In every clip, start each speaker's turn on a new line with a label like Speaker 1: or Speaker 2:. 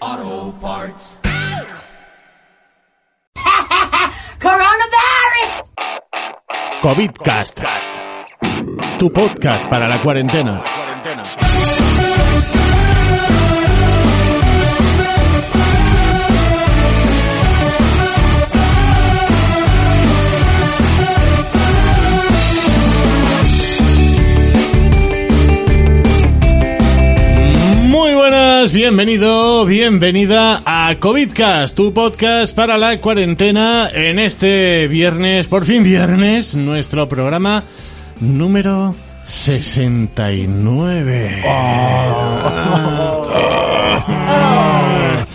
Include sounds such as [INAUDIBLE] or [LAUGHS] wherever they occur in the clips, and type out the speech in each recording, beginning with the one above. Speaker 1: Auto parts.
Speaker 2: Coronavirus!
Speaker 3: COVIDcast. Tu podcast para la cuarentena. Muy buenas, bienvenido, bienvenida a COVIDcast, tu podcast para la cuarentena en este viernes, por fin viernes, nuestro programa número 69.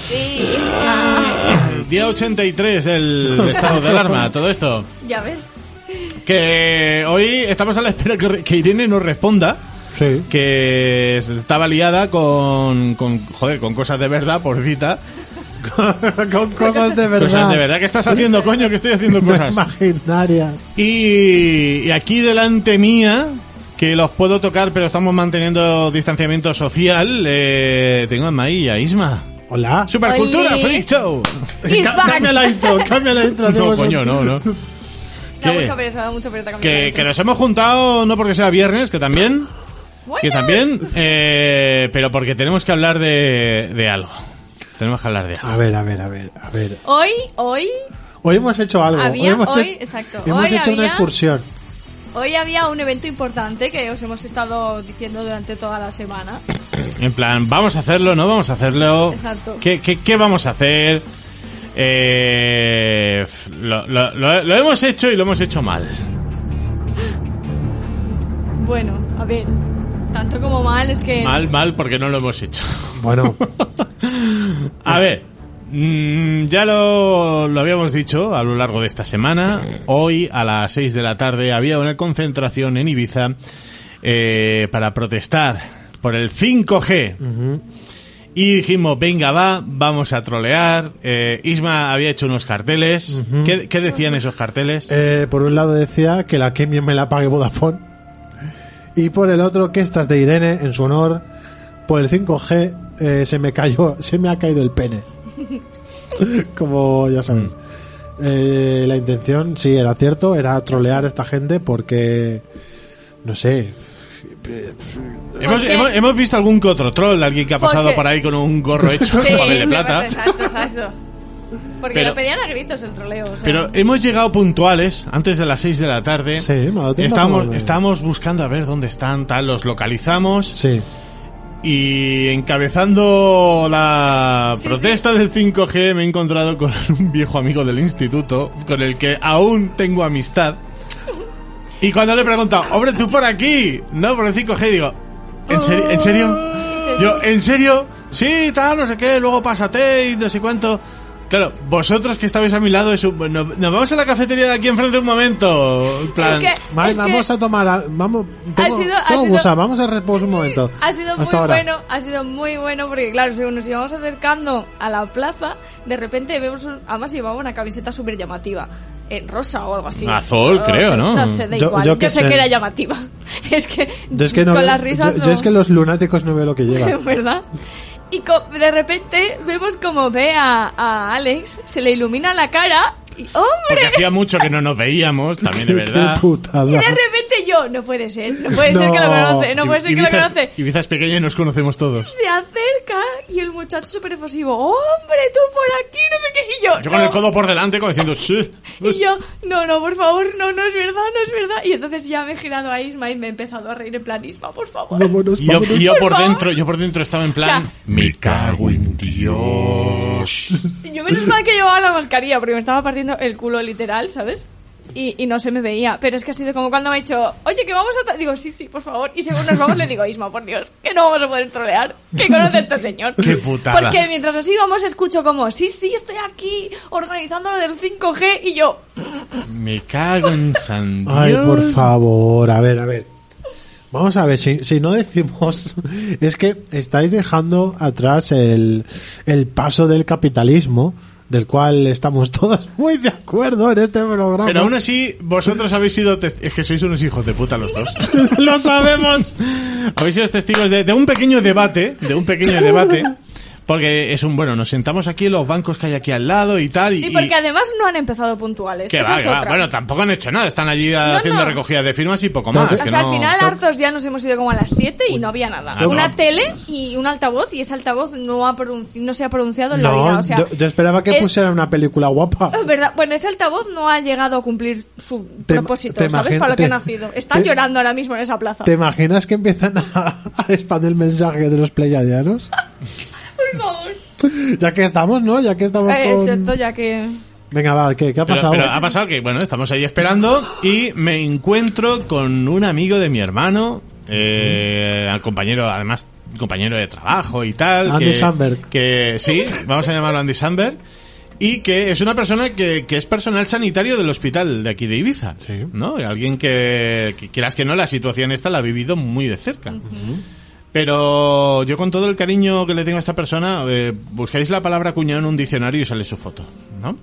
Speaker 4: Sí. Ah,
Speaker 3: Día 83 del estado de alarma, todo esto.
Speaker 4: Ya ves.
Speaker 3: Que hoy estamos a la espera que que Irene nos responda.
Speaker 5: Sí.
Speaker 3: que estaba liada con, con joder, con cosas de verdad, por cita. [LAUGHS] Con, con
Speaker 5: Cosas de verdad.
Speaker 3: cosas de verdad. ¿Qué estás haciendo, coño? Que estoy [LAUGHS] haciendo cosas.
Speaker 5: [LAUGHS] Imaginarias.
Speaker 3: Y, y aquí delante mía, que los puedo tocar, pero estamos manteniendo distanciamiento social, eh, tengo a Maí y a Isma.
Speaker 5: Hola.
Speaker 3: ¡Supercultura,
Speaker 4: Oli.
Speaker 3: Freak Show!
Speaker 4: He's
Speaker 5: Ca-
Speaker 4: back.
Speaker 5: Cambia la intro, cambia la
Speaker 3: [LAUGHS]
Speaker 5: intro.
Speaker 3: No,
Speaker 5: digo,
Speaker 3: coño, no, no.
Speaker 4: Da
Speaker 3: ¿Qué?
Speaker 4: mucha pereza, da mucha pereza cambiar
Speaker 3: Que,
Speaker 4: esto.
Speaker 3: que nos hemos juntado, no porque sea viernes, que también,
Speaker 4: Why
Speaker 3: que
Speaker 4: not?
Speaker 3: también, eh, pero porque tenemos que hablar de, de algo. Tenemos que hablar de algo.
Speaker 5: A ver, a ver, a ver, a ver.
Speaker 4: Hoy, hoy,
Speaker 5: Hoy hemos hecho algo.
Speaker 4: Había-
Speaker 5: hoy hemos
Speaker 4: hoy-
Speaker 5: hecho,
Speaker 4: exacto.
Speaker 5: Hemos
Speaker 4: Hoy
Speaker 5: hecho una
Speaker 4: había-
Speaker 5: excursión.
Speaker 4: hoy había un evento importante que os hemos estado diciendo durante toda la semana.
Speaker 3: En plan, vamos a hacerlo, no vamos a hacerlo.
Speaker 4: Exacto.
Speaker 3: ¿Qué, qué, qué vamos a hacer? Eh, f- lo, lo- lo- lo hemos hecho y lo hemos hecho mal.
Speaker 4: Bueno, a ver, tanto como mal es que
Speaker 3: Mal, mal, porque no lo hemos hecho.
Speaker 5: Bueno,
Speaker 3: A ver, mm, ya lo, lo habíamos dicho a lo largo de esta semana. Hoy a las 6 de la tarde había una concentración en Ibiza eh, para protestar por el 5G. Y dijimos, venga, va, vamos a trolear. Eh, Isma había hecho unos carteles. ¿Qué, qué decían esos carteles?
Speaker 5: eh, por un lado decía que la Kemi me la pague Vodafone. Y por el otro, que estas de Irene, en su honor, por el 5G eh, se me cayó, se me ha caído
Speaker 4: [LAUGHS]
Speaker 5: el pene. Como ya sabéis.
Speaker 4: Mm.
Speaker 5: Eh, la intención, sí, era cierto, era trolear a esta gente porque, no sé,
Speaker 3: Hemos,
Speaker 4: qué?
Speaker 3: hemos- hemos visto algún que otro troll, alguien que ha
Speaker 4: ¿Por
Speaker 3: pasado
Speaker 4: qué?
Speaker 3: por ahí con un gorro hecho
Speaker 4: [LAUGHS]
Speaker 3: [LAUGHS]
Speaker 4: Sí,
Speaker 3: con papel de
Speaker 4: me
Speaker 3: plata.
Speaker 4: parece, Exacto, exacto. Porque
Speaker 3: Pero-
Speaker 4: lo pedían a gritos el troleo, o sea,
Speaker 3: Pero hemos llegado puntuales, antes de las 6 de la tarde.
Speaker 5: Sí, me ha dado tiempo a
Speaker 3: estábamos,
Speaker 5: volver.
Speaker 3: estábamos buscando a ver dónde están, tal, los localizamos.
Speaker 5: sí.
Speaker 3: Y encabezando la
Speaker 4: Sí,
Speaker 3: protesta del 5G me he encontrado con [LAUGHS] un viejo amigo del instituto, con el que aún tengo amistad. Y cuando le he preguntado, hombre, tú por aquí, no, por el 5G, digo, ¿en, serio? ¿en serio?
Speaker 4: Oh.
Speaker 3: Yo, ¿en serio? Sí, tal, no sé qué, luego pásate y no sé cuánto. Claro, vosotros que estabais a mi lado, es un, "No- nos vamos a la cafetería de aquí enfrente un momento. En plan,
Speaker 4: Es que-
Speaker 5: Vale,
Speaker 4: Es
Speaker 5: vamos a tomar. al- Vamos, tengo-
Speaker 4: sido- ha
Speaker 5: tengo
Speaker 4: sido-
Speaker 5: gusa, vamos a reposar un momento.
Speaker 4: Ha sido
Speaker 5: Hasta
Speaker 4: muy
Speaker 5: ahora.
Speaker 4: bueno, ha sido muy bueno porque claro, según nos íbamos acercando a la plaza, de repente vemos un, además llevaba una camiseta súper llamativa, en rosa o algo así.
Speaker 3: Azul,
Speaker 4: Oh,
Speaker 3: creo, ¿no?
Speaker 4: No sé, da
Speaker 5: Yo-
Speaker 4: igual. Yo,
Speaker 5: yo qué
Speaker 4: sé
Speaker 5: sé.
Speaker 4: que era llamativa. [LAUGHS] Es que,
Speaker 5: Yo es que no
Speaker 4: con
Speaker 5: veo-
Speaker 4: las risas
Speaker 5: yo-
Speaker 4: no.
Speaker 5: yo es que los lunáticos no veo lo
Speaker 4: [LAUGHS]
Speaker 5: que llevan.
Speaker 4: ¿Verdad? Y co- de repente vemos como ve a, a Alex, se le ilumina la cara y ¡hombre!
Speaker 3: porque hacía mucho que no nos
Speaker 4: [LAUGHS]
Speaker 3: veíamos, también es
Speaker 5: Qué-
Speaker 3: verdad.
Speaker 5: Qué putada.
Speaker 4: De repente yo, no puede ser, no puede ser
Speaker 5: No.
Speaker 4: que lo conoce, no puede ser que lo
Speaker 3: Ibiza es-
Speaker 4: conoce.
Speaker 3: Ibiza es pequeña y nos conocemos todos.
Speaker 4: se acerca y el muchacho súper efusivo, hombre, tú por aquí, no sé qué. Y yo,
Speaker 3: Yo con el
Speaker 4: "No".
Speaker 3: codo pues. por delante, como diciendo, sí.
Speaker 4: Y yo, no, no, por favor, no, no es verdad, no es verdad. Y entonces ya me he girado a Isma y me he empezado a reír en plan, Isma, por favor.
Speaker 5: Vámonos,
Speaker 3: Y yo,
Speaker 5: vámonos.
Speaker 3: y yo
Speaker 4: Por
Speaker 3: por
Speaker 4: favor.
Speaker 3: dentro, yo por dentro estaba en plan,
Speaker 4: O sea-
Speaker 3: me cago en Dios.
Speaker 4: Y yo menos mal que llevaba la mascarilla porque me estaba partiendo el culo literal, ¿sabes? y, y no se me veía. Pero es que ha sido como cuando me ha dicho, oye, que vamos a... ta-". Digo, sí, sí, por favor. Y según nos vamos le digo, Isma, por Dios, que no vamos a poder trolear. Que conoce este señor.
Speaker 3: Qué putada.
Speaker 4: Porque mientras así vamos escucho como, sí, sí, estoy aquí organizando lo del 5G y yo...
Speaker 3: Me cago en San
Speaker 5: Ay,
Speaker 3: Dios.
Speaker 5: por favor, a ver, a ver. Vamos a ver, si, si no decimos, [LAUGHS] es que estáis dejando atrás el, el paso del capitalismo, del cual estamos [LAUGHS] todos muy de acuerdo en este programa.
Speaker 3: Pero aún así, vosotros habéis sido test- Es que sois unos hijos de puta los
Speaker 5: [LAUGHS]
Speaker 3: dos.
Speaker 5: lo sabemos.
Speaker 3: habéis sido testigos de, de un pequeño debate, de un pequeño debate. Porque es un, bueno, nos sentamos aquí en los bancos que hay aquí al lado y tal. y-
Speaker 4: Sí,
Speaker 3: y-
Speaker 4: porque además no han empezado puntuales.
Speaker 3: que
Speaker 4: Esa
Speaker 3: va,
Speaker 4: es
Speaker 3: que va.
Speaker 4: otra.
Speaker 3: Bueno, tampoco han hecho nada. Están allí haciendo
Speaker 4: no.
Speaker 3: recogidas de firmas y poco más.
Speaker 5: O
Speaker 4: o
Speaker 3: que
Speaker 4: sea,
Speaker 3: no-
Speaker 4: al final hartos ya nos hemos ido como a las 7 y no había nada.
Speaker 3: Ah,
Speaker 4: Una
Speaker 3: no.
Speaker 4: tele y un altavoz y ese altavoz no, ha pronunci- no se ha pronunciado en la vida.
Speaker 5: No,
Speaker 4: O sea,
Speaker 5: yo, yo esperaba que
Speaker 4: es-
Speaker 5: pusieran una
Speaker 4: [LAUGHS]
Speaker 5: película guapa.
Speaker 4: Es verdad, bueno, ese altavoz no ha llegado a cumplir su
Speaker 5: Te-
Speaker 4: propósito,
Speaker 5: te
Speaker 4: ¿sabes?
Speaker 5: imagino-
Speaker 4: Para lo que
Speaker 5: te-
Speaker 4: ha nacido. Está
Speaker 5: te-
Speaker 4: llorando ahora mismo en esa plaza.
Speaker 5: ¿Te imaginas que empiezan a, a expandir el mensaje de los
Speaker 4: [LAUGHS]
Speaker 5: pleyadianos?
Speaker 4: Por favor.
Speaker 5: Ya que estamos, ¿no? Ya que estamos
Speaker 4: Eh,
Speaker 5: con...
Speaker 4: Excepto ya que...
Speaker 5: Venga, va, ¿qué, qué ha
Speaker 3: Pero,
Speaker 4: pues,
Speaker 5: pasado?
Speaker 3: pero ha pasado que, bueno, estamos ahí esperando y me encuentro con un amigo de mi hermano, eh, al compañero, además, compañero de trabajo y tal.
Speaker 5: Andy
Speaker 3: que,
Speaker 5: Samberg.
Speaker 3: Que sí, vamos a llamarlo Andy Samberg. Y que es una persona que, que es personal sanitario del hospital de aquí de Ibiza.
Speaker 5: Sí.
Speaker 3: ¿No? Alguien que, que quieras que no, la situación esta la ha vivido muy de cerca. Pero yo con todo el cariño que le tengo a esta persona, eh, buscáis la palabra cuñado en un diccionario y sale su foto, ¿no?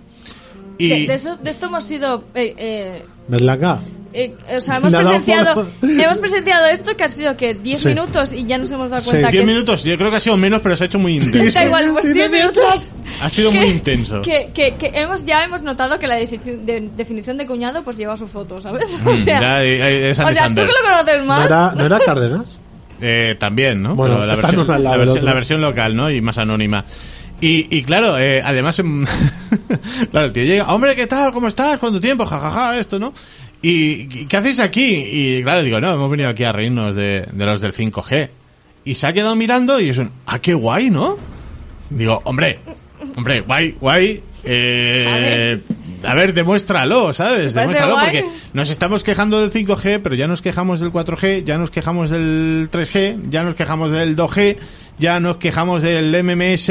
Speaker 3: Y
Speaker 4: De, de eso- de esto hemos sido... eh, eh,
Speaker 5: Berlanga.
Speaker 4: eh, o sea, hemos
Speaker 5: Le ha dado
Speaker 4: presenciado, [LAUGHS]
Speaker 5: por-
Speaker 4: hemos presenciado esto que ha sido que 10
Speaker 5: Sí.
Speaker 4: minutos y ya nos hemos dado
Speaker 5: Sí.
Speaker 4: cuenta que
Speaker 3: 10
Speaker 4: es-
Speaker 3: minutos, yo creo que ha sido menos, pero se ha hecho muy
Speaker 4: [LAUGHS]
Speaker 3: intenso.
Speaker 4: Da igual, pues 10 minutos.
Speaker 3: Ha sido
Speaker 4: que-
Speaker 3: muy intenso.
Speaker 4: Que, que- que hemos, ya hemos notado que la defici- de- definición de cuñado pues lleva su foto, ¿sabes? [LAUGHS] O sea,
Speaker 3: Ya, eh, eh, es
Speaker 4: o sea tú que
Speaker 3: Alexander.
Speaker 4: lo conoces
Speaker 5: ¿No
Speaker 4: más.
Speaker 5: era, ¿No era Cárdenas?
Speaker 4: [LAUGHS]
Speaker 3: Eh, también, ¿no?
Speaker 5: Bueno,
Speaker 3: Pero la,
Speaker 5: están
Speaker 3: versión,
Speaker 5: uno al lado
Speaker 3: la
Speaker 5: del
Speaker 3: versión-
Speaker 5: otro.
Speaker 3: la versión local, ¿no? Y más anónima. Y, y claro, eh, además, em, [LAUGHS] claro, el tío llega, hombre, ¿qué tal? ¿Cómo estás? ¿Cuánto tiempo? Jajaja, esto, ¿no? ¿Y qué- qué hacéis aquí? Y claro, digo, no, hemos venido aquí a reírnos de, de los del 5G. Y se ha quedado mirando y es un, ah, qué guay, ¿no? Digo, hombre, hombre, guay, guay. Eh, a ver, Pues demuéstralo, ¿sabes?
Speaker 4: ¿Te parece
Speaker 3: Demuéstralo
Speaker 4: guay?
Speaker 3: porque nos estamos quejando del 5G, pero ya nos quejamos del 4G, ya nos quejamos del 3G, ya nos quejamos del 2G, ya nos quejamos del MMS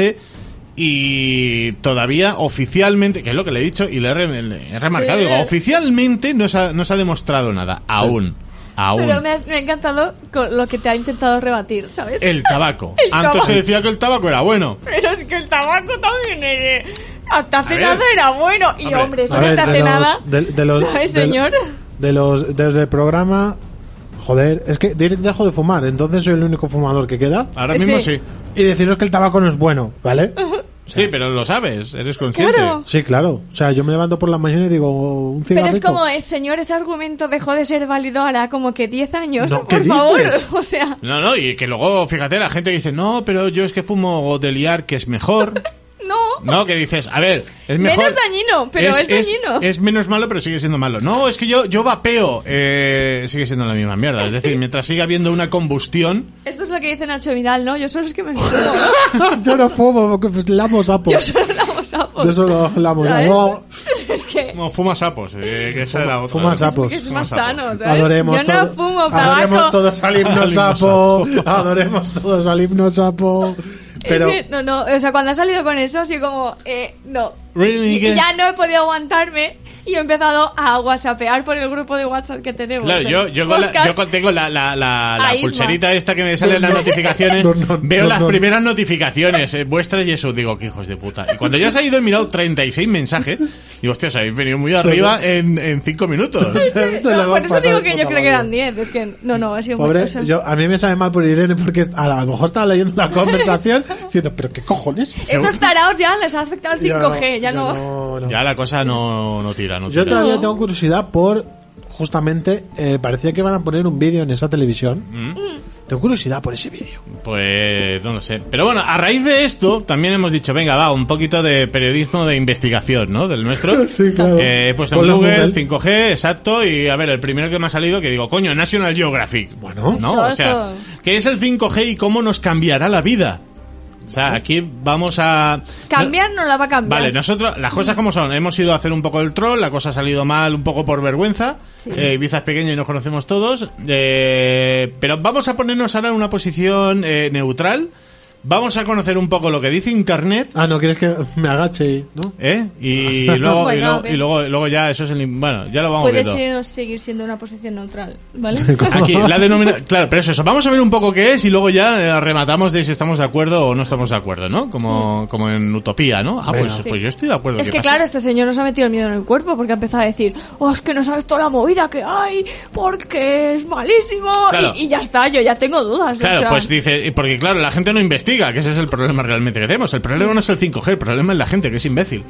Speaker 3: y todavía oficialmente, que es lo que le he dicho y le he, re- le he remarcado,
Speaker 4: Sí.
Speaker 3: digo, oficialmente no se ha, no se ha demostrado nada, aún, aún.
Speaker 4: Pero me, has- me ha encantado con lo que te ha intentado rebatir, ¿sabes?
Speaker 3: El tabaco.
Speaker 4: [LAUGHS] El
Speaker 3: Antes
Speaker 4: tabaco.
Speaker 3: se decía que el tabaco era bueno.
Speaker 4: Pero es que el tabaco también eh, hasta hace
Speaker 3: A ver.
Speaker 4: nada era bueno. Y
Speaker 3: Hombre,
Speaker 4: hombre, eso
Speaker 5: A
Speaker 4: no
Speaker 5: ver,
Speaker 4: te hace
Speaker 5: de los-
Speaker 4: nada.
Speaker 5: de- de los-
Speaker 4: ¿Sabes,
Speaker 5: de-
Speaker 4: señor?
Speaker 5: De los, desde el programa. Joder, es que de- dejo de fumar, entonces soy el único fumador que queda.
Speaker 3: Ahora
Speaker 4: Sí.
Speaker 3: mismo sí.
Speaker 5: Y deciros que el tabaco no es bueno,
Speaker 4: [LAUGHS]
Speaker 5: ¿vale?
Speaker 3: Sí, pero lo sabes, eres consciente.
Speaker 4: Claro.
Speaker 5: Sí, claro. O sea, yo me levanto por la mañana y digo, un
Speaker 4: Pero
Speaker 5: cigarrito.
Speaker 4: es como, eh, señor, ese argumento dejó de ser válido ahora como que 10 años,
Speaker 5: No, ¿qué
Speaker 4: por favor. [LAUGHS]
Speaker 5: dices?
Speaker 4: O sea,
Speaker 3: No, no, y que luego, fíjate, la gente dice, no, pero yo es que fumo de liar, que es mejor.
Speaker 4: no.
Speaker 3: No, que dices, a ver, es mejor.
Speaker 4: Menos dañino, pero es dañino.
Speaker 3: Es, menos malo, pero sigue siendo malo. No, es que yo, yo vapeo, eh, sigue siendo la misma mierda. Es decir, mientras siga habiendo una combustión,
Speaker 4: Esto es lo que dice Nacho Vidal, ¿no? Yo solo es que me
Speaker 5: [LAUGHS]
Speaker 4: lo fumo.
Speaker 5: yo no fumo, porque lamo sapo.
Speaker 4: Yo solo lamo sapos.
Speaker 5: Yo solo lamo
Speaker 4: ¿Sabes?
Speaker 5: sapo.
Speaker 4: [LAUGHS] Es que,
Speaker 3: no, fuma sapos, eh, que esa era otra.
Speaker 5: Fuma sapos.
Speaker 4: que es
Speaker 3: Somos
Speaker 4: más
Speaker 3: sapos.
Speaker 4: sano, ¿sabes?
Speaker 5: Adoremos
Speaker 4: Yo no
Speaker 5: todo-
Speaker 4: fumo
Speaker 5: Adoremos
Speaker 4: tabaco.
Speaker 5: todos al himno
Speaker 3: Al himno
Speaker 5: sapo. Adoremos todos al himno sapo. Pero. [LAUGHS]
Speaker 4: Es que, no, no, o sea, cuando ha salido con eso, así como, eh, no.
Speaker 3: Really,
Speaker 4: Y- y
Speaker 3: Miguel?
Speaker 4: ya no he podido aguantarme y he empezado a whatsappear por el grupo de WhatsApp que tenemos.
Speaker 3: Claro,
Speaker 4: del
Speaker 3: yo, yo, con la-
Speaker 4: podcast.
Speaker 3: yo con- tengo la, la, la, la
Speaker 4: A Isma.
Speaker 3: pulserita esta que me salen las
Speaker 5: No, no.
Speaker 3: notificaciones.
Speaker 5: No, no,
Speaker 3: veo
Speaker 5: no,
Speaker 3: las
Speaker 5: no.
Speaker 3: primeras notificaciones eh, vuestras y eso. Digo, que hijos de puta. Y cuando ya se ha ido he mirado 36 mensajes. Digo, hostia, os habéis venido muy arriba en, en 5 minutos.
Speaker 5: te
Speaker 4: [LAUGHS] No,
Speaker 5: la vas
Speaker 4: por
Speaker 5: a
Speaker 4: eso
Speaker 5: pasar
Speaker 4: digo
Speaker 5: de
Speaker 4: que
Speaker 5: puta
Speaker 4: yo creo que
Speaker 5: madre.
Speaker 4: eran 10. Es que, no, no, ha sido muy
Speaker 5: Pobre,
Speaker 4: cosa.
Speaker 5: yo, a mí me sabe mal por Irene porque a lo mejor estaba leyendo
Speaker 4: [LAUGHS]
Speaker 5: la conversación diciendo, pero qué cojones.
Speaker 4: Estos taraos ya les ha afectado el 5G, ya, no.
Speaker 5: no, no.
Speaker 3: Ya la cosa no, no tira, no
Speaker 5: Yo
Speaker 3: tira.
Speaker 5: todavía
Speaker 4: No.
Speaker 5: tengo curiosidad por, justamente, eh, parecía que iban a poner un vídeo en esa televisión.
Speaker 3: Mm.
Speaker 5: Tengo curiosidad por ese vídeo.
Speaker 3: Pues no lo sé. Pero bueno, a raíz de esto también hemos dicho, venga, va, un poquito de periodismo de investigación, ¿no? Del nuestro.
Speaker 5: [LAUGHS] Sí, claro.
Speaker 3: Eh, he puesto en
Speaker 5: Ponlo en
Speaker 3: Google,
Speaker 5: Google.
Speaker 3: 5G, exacto, y a ver, el primero que me ha salido que digo, coño, National Geographic.
Speaker 5: Bueno.
Speaker 3: ¿no? O sea,
Speaker 4: Exacto.
Speaker 3: ¿qué es el 5G y cómo nos cambiará la vida? O sea, aquí vamos a...
Speaker 4: Cambiar no la va a cambiar.
Speaker 3: Vale, nosotros, las cosas como son, hemos ido a hacer un poco el troll, la cosa ha salido mal un poco por vergüenza,
Speaker 4: Sí.
Speaker 3: eh, Ibiza es pequeño y nos conocemos todos, eh, pero vamos a ponernos ahora en una posición eh, neutral, vamos a conocer un poco lo que dice Internet,
Speaker 5: Ah, no, quieres que me agache, y- ¿no?
Speaker 3: ¿eh?
Speaker 4: [LAUGHS]
Speaker 3: Y luego, y
Speaker 4: Bueno,
Speaker 3: luego,
Speaker 4: a ver.
Speaker 3: y luego, luego ya eso es el... Bueno, ya lo vamos
Speaker 4: Puedes
Speaker 3: viendo.
Speaker 4: ser- seguir siendo una posición neutral, ¿vale?
Speaker 3: Aquí,
Speaker 4: [LAUGHS]
Speaker 3: la denomina... Claro, pero es eso. Vamos a ver un poco qué es y luego ya eh, rematamos de si estamos de acuerdo o no estamos de acuerdo, ¿no? Como, como en Utopía, ¿no? Ah, pues,
Speaker 4: Sí.
Speaker 3: pues yo estoy de acuerdo.
Speaker 4: Es
Speaker 3: ¿qué
Speaker 4: que
Speaker 3: pasa?
Speaker 4: claro, este señor nos ha metido el miedo en el cuerpo porque ha empezado a decir, oh, es que no sabes toda la movida que hay, porque es malísimo.
Speaker 3: Claro.
Speaker 4: Y, y ya está, yo ya tengo dudas. o
Speaker 3: Claro,
Speaker 4: sea.
Speaker 3: pues dice, y porque claro, la gente no investiga, que ese es el problema realmente que tenemos. El problema no es el 5G, el problema es la gente, que es imbécil.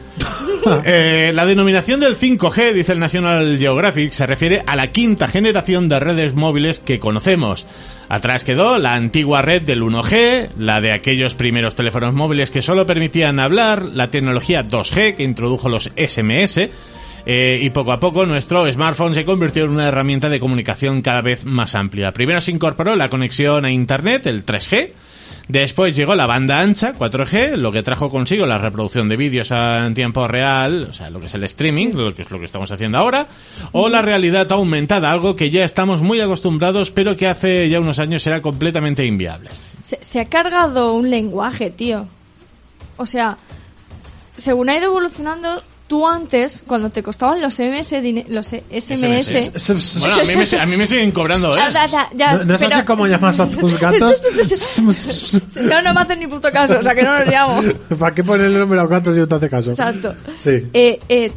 Speaker 3: Eh, la denominación del 5G, dice el National Geographic, se refiere a la quinta generación de redes móviles que conocemos. Atrás quedó la antigua red del 1G, la de aquellos primeros teléfonos móviles que solo permitían hablar, la tecnología 2G que introdujo los SMS, eh, y poco a poco nuestro smartphone se convirtió en una herramienta de comunicación cada vez más amplia. Primero se incorporó la conexión a Internet, el 3G. Después llegó la banda ancha, 4G, lo que trajo consigo la reproducción de vídeos a- en tiempo real, o sea, lo que es el streaming, lo que es lo que estamos haciendo ahora, o la realidad aumentada, algo que ya estamos muy acostumbrados, pero que hace ya unos años era completamente inviable.
Speaker 4: se, se ha cargado un lenguaje, tío. O sea, según ha ido evolucionando, tú antes, cuando te costaban los MS, dine- los eh, SMS...
Speaker 3: SMS. Bueno,
Speaker 5: [LAUGHS]
Speaker 3: a mí me, a mí me siguen
Speaker 4: [LAUGHS]
Speaker 3: cobrando, ¿eh?
Speaker 4: Ah, ya, ya, ya,
Speaker 5: ¿No, no sé
Speaker 4: pero-
Speaker 5: si cómo llamas
Speaker 4: [LAUGHS]
Speaker 5: a tus gatos? [LAUGHS]
Speaker 4: No, no me hacen ni puto caso, o sea que no los llamo.
Speaker 5: ¿Para qué ponerle el número a los gatos si no te hace caso?
Speaker 4: Exacto.
Speaker 5: Sí.
Speaker 4: Eh, eh,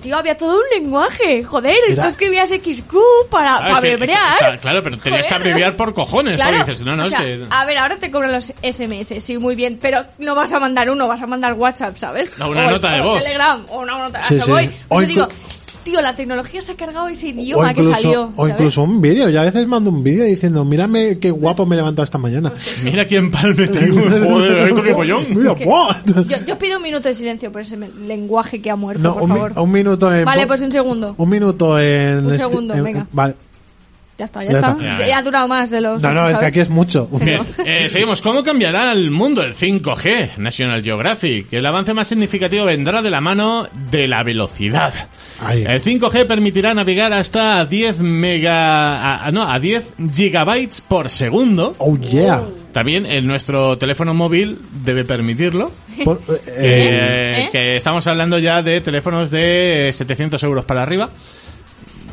Speaker 4: tío, había todo un lenguaje, joder, y
Speaker 5: Era-
Speaker 4: tú escribías XQ para,
Speaker 3: Ah,
Speaker 4: para
Speaker 3: es que-
Speaker 4: abreviar.
Speaker 3: está- está- claro, pero tenías que
Speaker 4: Joder.
Speaker 3: abreviar por cojones.
Speaker 4: Claro,
Speaker 3: porque dices, no, no,
Speaker 4: o
Speaker 3: es
Speaker 4: sea,
Speaker 3: que-
Speaker 4: a ver, ahora te cobran los SMS, sí, muy bien, pero no vas a mandar uno, vas a mandar WhatsApp, ¿sabes?
Speaker 3: No, una
Speaker 4: O-
Speaker 3: nota de
Speaker 4: o
Speaker 3: voz.
Speaker 4: Telegram, o una nota,
Speaker 5: Sí,
Speaker 4: a eso
Speaker 5: sí.
Speaker 4: voy.
Speaker 5: O
Speaker 4: O sea,
Speaker 5: inclu-
Speaker 4: digo, tío, la tecnología se ha cargado ese
Speaker 5: o
Speaker 4: idioma
Speaker 5: incluso,
Speaker 4: que salió,
Speaker 5: o
Speaker 4: ¿sabes?
Speaker 5: incluso un vídeo. Yo a veces mando un vídeo diciendo, mírame qué guapo me he levantado esta mañana.
Speaker 3: Mira quién palme tengo.
Speaker 5: [LAUGHS]
Speaker 3: Joder, esto
Speaker 4: [LAUGHS]
Speaker 3: qué pollón.
Speaker 5: Mira,
Speaker 4: Es que-
Speaker 5: ¡buah!
Speaker 4: Yo, yo pido un minuto de silencio por ese me- lenguaje que ha muerto,
Speaker 5: [LAUGHS] No,
Speaker 4: por
Speaker 5: un, mi-
Speaker 4: favor.
Speaker 5: un minuto en...
Speaker 4: Vale, pues un segundo.
Speaker 5: Un minuto en...
Speaker 4: Un
Speaker 5: este-
Speaker 4: segundo,
Speaker 5: en-
Speaker 4: venga.
Speaker 5: Vale.
Speaker 4: Ya está, ya,
Speaker 5: Ya
Speaker 4: está.
Speaker 5: está.
Speaker 3: Ya,
Speaker 4: Ya,
Speaker 3: ya.
Speaker 4: ha durado más de los...
Speaker 5: No, no, es que
Speaker 4: ¿sabes?
Speaker 5: aquí
Speaker 4: [LAUGHS]
Speaker 5: es mucho.
Speaker 3: Bien, [LAUGHS] eh, seguimos. ¿Cómo cambiará el mundo el 5G? National Geographic. El avance más significativo vendrá de la mano de la velocidad.
Speaker 5: Ay.
Speaker 3: El 5G permitirá navegar hasta 10 mega, a- no, a 10 gigabytes por segundo.
Speaker 5: Oh, yeah.
Speaker 3: También el, nuestro teléfono móvil debe permitirlo.
Speaker 5: Por- eh,
Speaker 3: [LAUGHS] Eh,
Speaker 4: ¿Eh?
Speaker 3: Que estamos hablando ya de teléfonos de eh, 700 euros para arriba.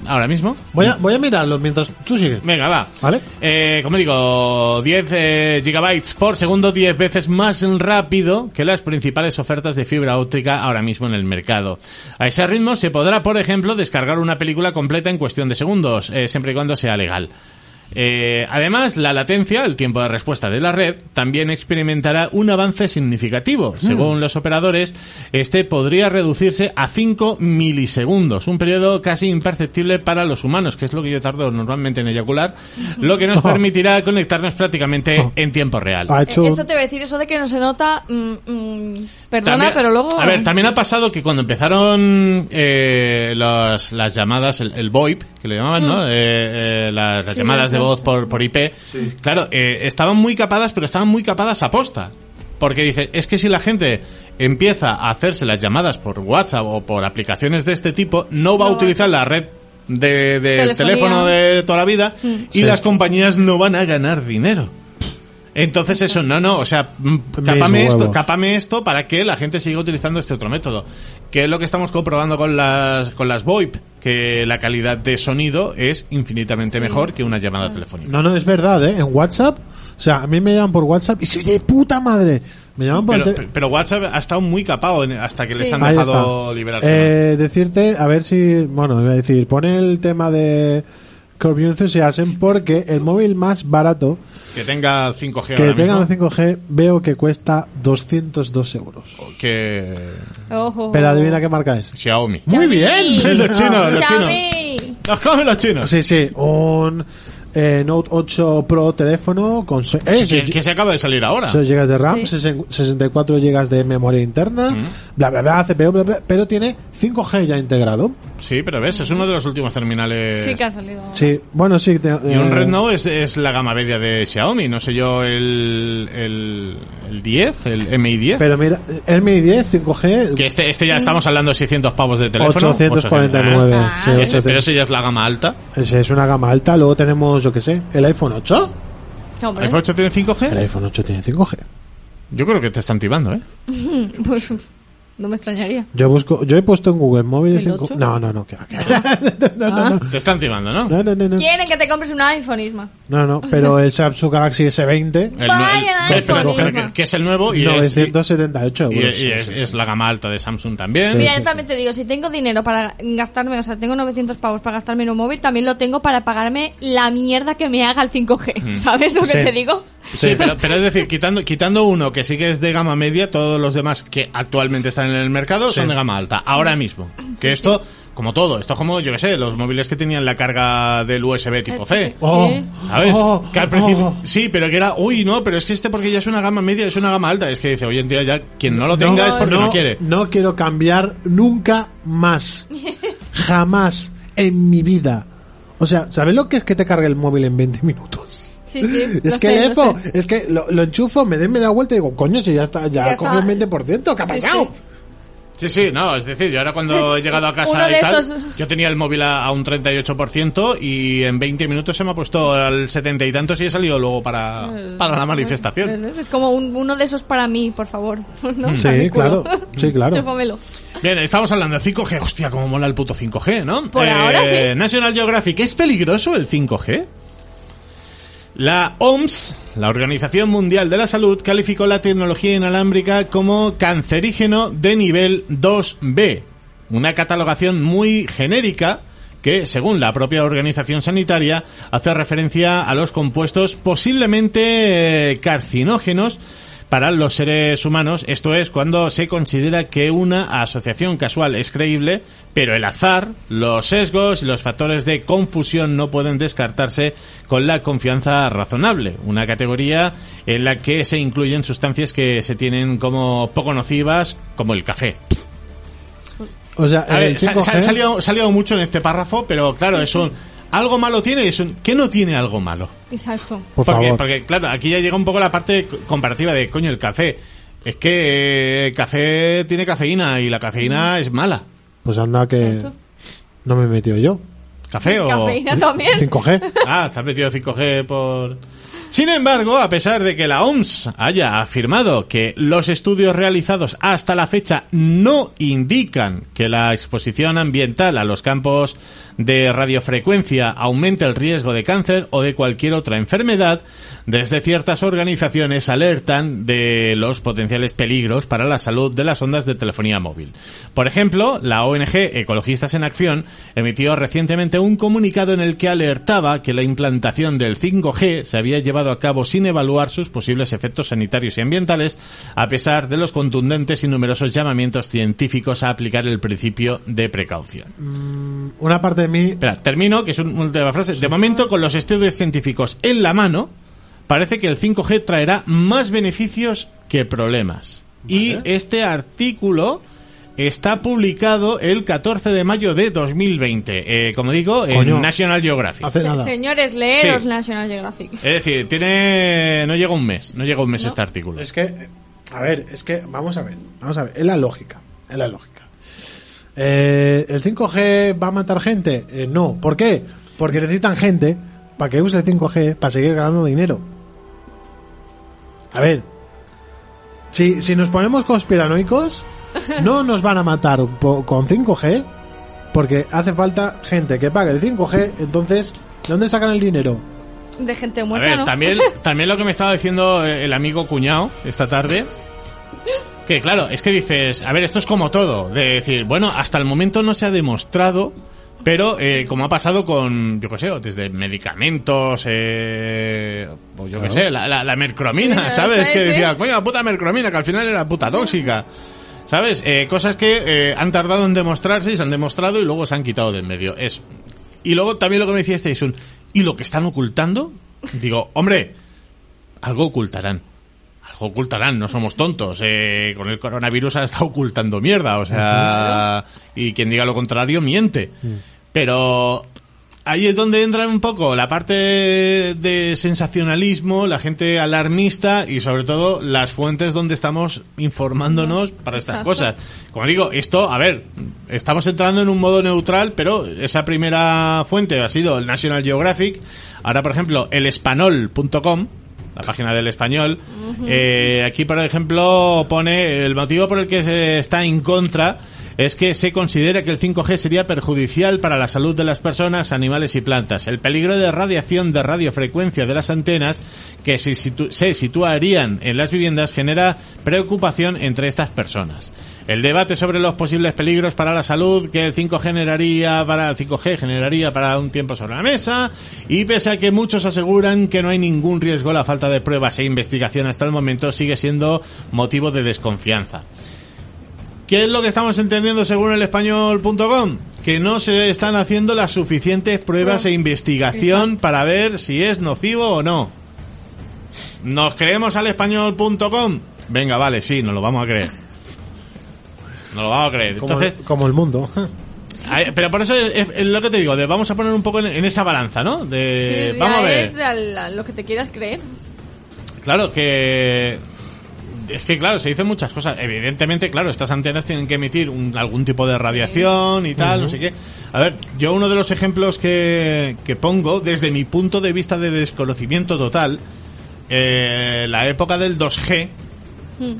Speaker 3: Ahora mismo.
Speaker 5: voy, a, voy a mirarlo mientras tú sigues.
Speaker 3: Venga, va.
Speaker 5: Vale.
Speaker 3: Eh, como digo, 10 eh, gigabytes por segundo, 10 veces más rápido que las principales ofertas de fibra óptica ahora mismo en el mercado. A ese ritmo se podrá, por ejemplo, descargar una película completa en cuestión de segundos, eh, siempre y cuando sea legal. Eh, además, la latencia, el tiempo de respuesta de la red, también experimentará un avance significativo. Según los operadores, este podría reducirse a 5 milisegundos, un periodo casi imperceptible para los humanos, que es lo que yo tardo normalmente en eyacular, lo que nos permitirá conectarnos prácticamente en tiempo real.
Speaker 5: Ha
Speaker 4: Eh,
Speaker 5: hecho...
Speaker 4: Eso te voy a decir, eso de que no se nota... mm, mm, perdona,
Speaker 3: También-
Speaker 4: pero luego...
Speaker 3: A ver, también ha pasado que cuando empezaron eh, las, las llamadas, el, el VoIP, que le llamaban, ¿no? Eh, eh, las las
Speaker 4: Mm. Sí,
Speaker 3: llamadas
Speaker 4: las
Speaker 3: de
Speaker 4: dos.
Speaker 3: voz por, por IP. Claro, eh, estaban muy capadas, pero estaban muy capadas a posta. Porque dice, es que si la gente empieza a hacerse las llamadas por WhatsApp o por aplicaciones de este tipo, no va a
Speaker 4: No, eh,
Speaker 3: utilizar la red de, de
Speaker 4: Telefonía. Mm.
Speaker 3: teléfono de toda la vida y
Speaker 5: Sí.
Speaker 3: las compañías no van a ganar dinero. Entonces eso, no, no, o sea, mm, cápame esto,
Speaker 5: huevos.
Speaker 3: cápame esto para que la gente siga utilizando este otro método. Que es lo que estamos comprobando con las, con las VoIP, que la calidad de sonido es infinitamente mejor que una
Speaker 5: Ah.
Speaker 3: llamada telefónica.
Speaker 5: No, no, es verdad, ¿eh? En WhatsApp, o sea, a mí me llaman por WhatsApp y soy de puta madre. Me llaman por...
Speaker 3: Pero,
Speaker 5: el te-
Speaker 3: pero WhatsApp ha estado muy capado en- hasta que les
Speaker 4: Sí.
Speaker 3: han
Speaker 5: Ahí
Speaker 3: dejado
Speaker 5: está.
Speaker 3: liberarse.
Speaker 5: Eh, decirte, a ver si... Bueno, iba a decir, pone el tema de Curb Your Enthusiasm porque el móvil más barato
Speaker 3: Que tenga 5G
Speaker 5: que
Speaker 3: ahora
Speaker 5: tenga
Speaker 3: mismo,
Speaker 5: el 5G veo que cuesta 202 euros.
Speaker 3: que
Speaker 4: Ojo.
Speaker 5: Pero adivina qué marca es.
Speaker 3: Xiaomi.
Speaker 5: Muy bien.
Speaker 3: Los chinos, los chinos.
Speaker 4: Xiaomi.
Speaker 3: Los comen los chinos.
Speaker 5: Sí, sí, un eh, Note 8 Pro teléfono con... se- eh,
Speaker 3: Sí, que,
Speaker 5: se-
Speaker 3: que se acaba de salir ahora.
Speaker 5: 6 GB de RAM,
Speaker 4: Sí.
Speaker 5: 64 GB de memoria interna,
Speaker 3: Mm.
Speaker 5: bla bla bla, CPU, bla, bla, pero tiene 5G ya integrado.
Speaker 3: Sí, pero ves, es uno de los últimos terminales.
Speaker 4: Sí que ha salido.
Speaker 5: Sí, bueno, sí. te-
Speaker 3: Y un
Speaker 5: eh,
Speaker 3: Rednote es, es la gama media de Xiaomi, no sé yo, el, el, el 10, el MI 10.
Speaker 5: Pero mira, el Mi 10 5G,
Speaker 3: que este, este ya estamos hablando de 600 pavos de teléfono.
Speaker 5: 849.
Speaker 4: Ah,
Speaker 5: sí,
Speaker 3: Ah,
Speaker 4: ese,
Speaker 3: ese-
Speaker 5: 800.
Speaker 3: pero ese ya es la gama alta.
Speaker 5: Ese es una gama alta. Luego tenemos, yo qué sé, el iPhone 8.
Speaker 4: Hombre,
Speaker 3: ¿iPhone 8 tiene
Speaker 5: El
Speaker 3: 5G?
Speaker 5: iPhone 8 tiene 5G.
Speaker 3: Yo creo que te están tibando, ¿eh?
Speaker 4: pues, no me extrañaría.
Speaker 5: Yo busco, yo he puesto en Google móvil
Speaker 4: ¿El
Speaker 5: 5
Speaker 4: 8?
Speaker 5: No, no, no, que va, que va.
Speaker 4: Ah.
Speaker 3: Te están tibando, ¿no?
Speaker 5: No, no, no, no.
Speaker 4: Quieren que te compres un iPhone, Isma.
Speaker 5: No,
Speaker 4: [LAUGHS]
Speaker 5: no, pero el Samsung Galaxy S20
Speaker 3: El,
Speaker 4: Vaya,
Speaker 3: el-
Speaker 4: iPhone,
Speaker 3: pero- pero que-
Speaker 4: Isma.
Speaker 3: que es el nuevo y, es, y,
Speaker 5: 978 euros.
Speaker 3: y- y
Speaker 5: Sí,
Speaker 3: es-
Speaker 5: sí,
Speaker 3: es
Speaker 5: sí.
Speaker 3: la gama alta de Samsung también.
Speaker 5: Sí.
Speaker 4: Mira, yo también te digo, si tengo dinero para gastarme, o sea, tengo 900 pavos para gastarme en un móvil, también lo tengo para pagarme la mierda que me haga el 5G. [LAUGHS] ¿Sabes lo que
Speaker 5: Sí.
Speaker 4: te digo?
Speaker 3: Sí, pero, pero es decir, quitando, quitando uno que sí que es de gama media, todos los demás que actualmente están en el mercado son
Speaker 5: Sí.
Speaker 3: de gama alta, ahora mismo. Que esto, como todo, esto es como, yo qué sé, los móviles que tenían la carga del USB tipo C.
Speaker 5: Oh,
Speaker 4: Sí.
Speaker 3: ¿Sabes?
Speaker 5: oh,
Speaker 3: que al principio,
Speaker 5: oh.
Speaker 3: sí, pero que era, uy, no, pero es que este porque ya es una gama media, es una gama alta. Es que dice, hoy en día ya quien no lo tenga es porque no, quiere.
Speaker 5: no quiero cambiar nunca
Speaker 4: [LAUGHS]
Speaker 5: más. Jamás en mi vida. O sea, ¿sabes lo que es que te cargue el móvil en 20 minutos?
Speaker 4: Sí, sí.
Speaker 5: Es que el Epo, es que lo, lo enchufo, me doy media vuelta y digo, coño, si ya está, ya,
Speaker 4: Ya
Speaker 5: cogió
Speaker 4: está.
Speaker 5: un 20%, ¿qué ha pasado?
Speaker 3: Sí, sí, no, es decir, yo ahora
Speaker 4: [LAUGHS]
Speaker 3: cuando he llegado a
Speaker 4: Uno
Speaker 3: casa
Speaker 4: de
Speaker 3: y tal,
Speaker 4: estos-
Speaker 3: yo tenía el móvil a, a un 38% y en 20 minutos se me ha puesto al 70 y tantos y he salido luego para,
Speaker 4: Eh,
Speaker 3: para la manifestación.
Speaker 4: Pues, Es como un- uno de esos para mí, por favor. [LAUGHS] ¿no?
Speaker 5: Mm. Sí,
Speaker 4: Para mi culo.
Speaker 5: claro, sí, claro.
Speaker 4: Chúpamelo.
Speaker 3: Bien, estamos hablando de 5G, hostia, cómo mola el puto 5G, ¿no? Eh,
Speaker 4: Por ahora sí.
Speaker 3: National Geographic, ¿es peligroso el 5G? La OMS, la Organización Mundial de la Salud, calificó la tecnología inalámbrica como cancerígeno de nivel 2B, una catalogación muy genérica que, según la propia organización sanitaria, hace referencia a los compuestos posiblemente eh, carcinógenos para los seres humanos. Esto es cuando se considera que una asociación casual es creíble, pero el azar, los sesgos y los factores de confusión no pueden descartarse con la confianza razonable. Una categoría en la que se incluyen sustancias que se tienen como poco nocivas, como el café.
Speaker 5: O sea,
Speaker 3: A
Speaker 5: el
Speaker 3: ver, sa-
Speaker 5: 5G,
Speaker 3: sa- salió, salió mucho en este párrafo, pero claro, es un... Algo malo tiene, es un... ¿Qué no tiene algo malo?
Speaker 4: Exacto.
Speaker 5: por
Speaker 3: porque,
Speaker 5: favor.
Speaker 3: porque, claro, aquí ya llega un poco la parte co- comparativa de, coño, el café. Es que eh, el café tiene cafeína y la cafeína es mala.
Speaker 5: Pues anda que
Speaker 4: Exacto.
Speaker 5: no me he metido yo.
Speaker 4: [LAUGHS]
Speaker 3: ¿Café o...?
Speaker 4: Cafeína
Speaker 5: [LAUGHS]
Speaker 4: también.
Speaker 5: 5G.
Speaker 3: Ah, se ha metido 5G por... Sin embargo, a pesar de que la OMS haya afirmado que los estudios realizados hasta la fecha no indican que la exposición ambiental a los campos de radiofrecuencia aumente el riesgo de cáncer o de cualquier otra enfermedad, desde ciertas organizaciones alertan de los potenciales peligros para la salud de las ondas de telefonía móvil. Por ejemplo, la ONG Ecologistas en Acción emitió recientemente un comunicado en el que alertaba que la implantación del 5G se había llevado a cabo sin evaluar sus posibles efectos sanitarios y ambientales, a pesar de los contundentes y numerosos llamamientos científicos a aplicar el principio de precaución.
Speaker 5: Una parte de mí
Speaker 3: Espera, termino, que es un- una última frase. De momento, con los estudios científicos en la mano, parece que el 5G traerá más beneficios que problemas. Y este artículo está publicado el 14 de mayo de 2020, eh, como digo,
Speaker 5: Coño.
Speaker 3: en National Geographic.
Speaker 5: hace
Speaker 4: Se-
Speaker 5: nada.
Speaker 4: Señores, leeros
Speaker 3: Sí.
Speaker 4: National Geographic.
Speaker 3: Es decir, tiene no llega un mes, no llega un mes este artículo.
Speaker 5: Es que, eh, a ver, es que, vamos a ver, vamos a ver, es la lógica, es la lógica. Eh, ¿El 5G va a matar gente? Eh, no, ¿por qué? Porque necesitan gente para que use el 5G para seguir ganando dinero. A ver, si, si nos ponemos conspiranoicos, no nos van a matar po- con 5G, porque hace falta gente que pague el 5G, entonces, ¿de dónde sacan el dinero?
Speaker 4: De gente
Speaker 3: A
Speaker 4: muerta,
Speaker 3: ver,
Speaker 4: ¿no?
Speaker 3: también, también lo que me estaba diciendo eh, el amigo cuñado esta tarde. Que claro, es que dices, a ver, esto es como todo. De decir, bueno, hasta el momento no se ha demostrado, pero eh, como ha pasado con, yo qué sé, desde medicamentos, eh, o yo qué sé, la, la, la mercromina,
Speaker 4: Sí,
Speaker 3: ¿sabes?
Speaker 4: sí,
Speaker 3: que
Speaker 4: sí.
Speaker 3: decía, coño, la puta mercromina, que al final era puta tóxica. ¿Sabes? Eh, cosas que eh, han tardado en demostrarse y se han demostrado y luego se han quitado de en medio. Es. Y luego también lo que me decía este es un. y lo que están ocultando, digo, hombre, algo ocultarán. Algo ocultarán, no somos tontos. Eh, con el coronavirus ha estado ocultando mierda, o sea, y quien diga lo contrario miente. Pero ahí es donde entra un poco la parte de sensacionalismo, la gente alarmista y sobre todo las fuentes donde estamos informándonos para estas
Speaker 4: Exacto.
Speaker 3: cosas. Como digo, esto, a ver, estamos entrando en un modo neutral, pero esa primera fuente ha sido el National Geographic. Ahora, por ejemplo, el espanol.com. La página del español. Eh, aquí, por ejemplo, pone el motivo por el que se está en contra es que se considera que el 5G sería perjudicial para la salud de las personas, animales y plantas. El peligro de radiación de radiofrecuencia de las antenas que se, situ- se situarían en las viviendas genera preocupación entre estas personas. El debate sobre los posibles peligros para la salud que el 5 generaría para el 5G generaría para un tiempo sobre la mesa y pese a que muchos aseguran que no hay ningún riesgo, la falta de pruebas e investigación hasta el momento sigue siendo motivo de desconfianza. ¿Qué es lo que estamos entendiendo según el español.com? Que no se están haciendo las suficientes pruebas e investigación para ver si es nocivo o no. ¿Nos creemos al español.com? Venga, vale, sí, nos lo vamos a creer. Nos lo vamos a creer.
Speaker 5: Como,
Speaker 3: Entonces,
Speaker 5: como el mundo. [LAUGHS]
Speaker 3: ay, pero por eso es, es lo que te digo, de vamos a poner un poco en, en esa balanza, ¿no? De,
Speaker 4: Sí, ya
Speaker 3: Eh, vamos a ver.
Speaker 4: es de al- a lo que te quieras creer.
Speaker 3: Claro, que... Es que, claro, se dicen muchas cosas. Evidentemente, claro, estas antenas tienen que emitir un- algún tipo de radiación y tal, no sé qué. A ver, yo uno de los ejemplos que, que pongo, desde mi punto de vista de desconocimiento total, eh, la época del 2G,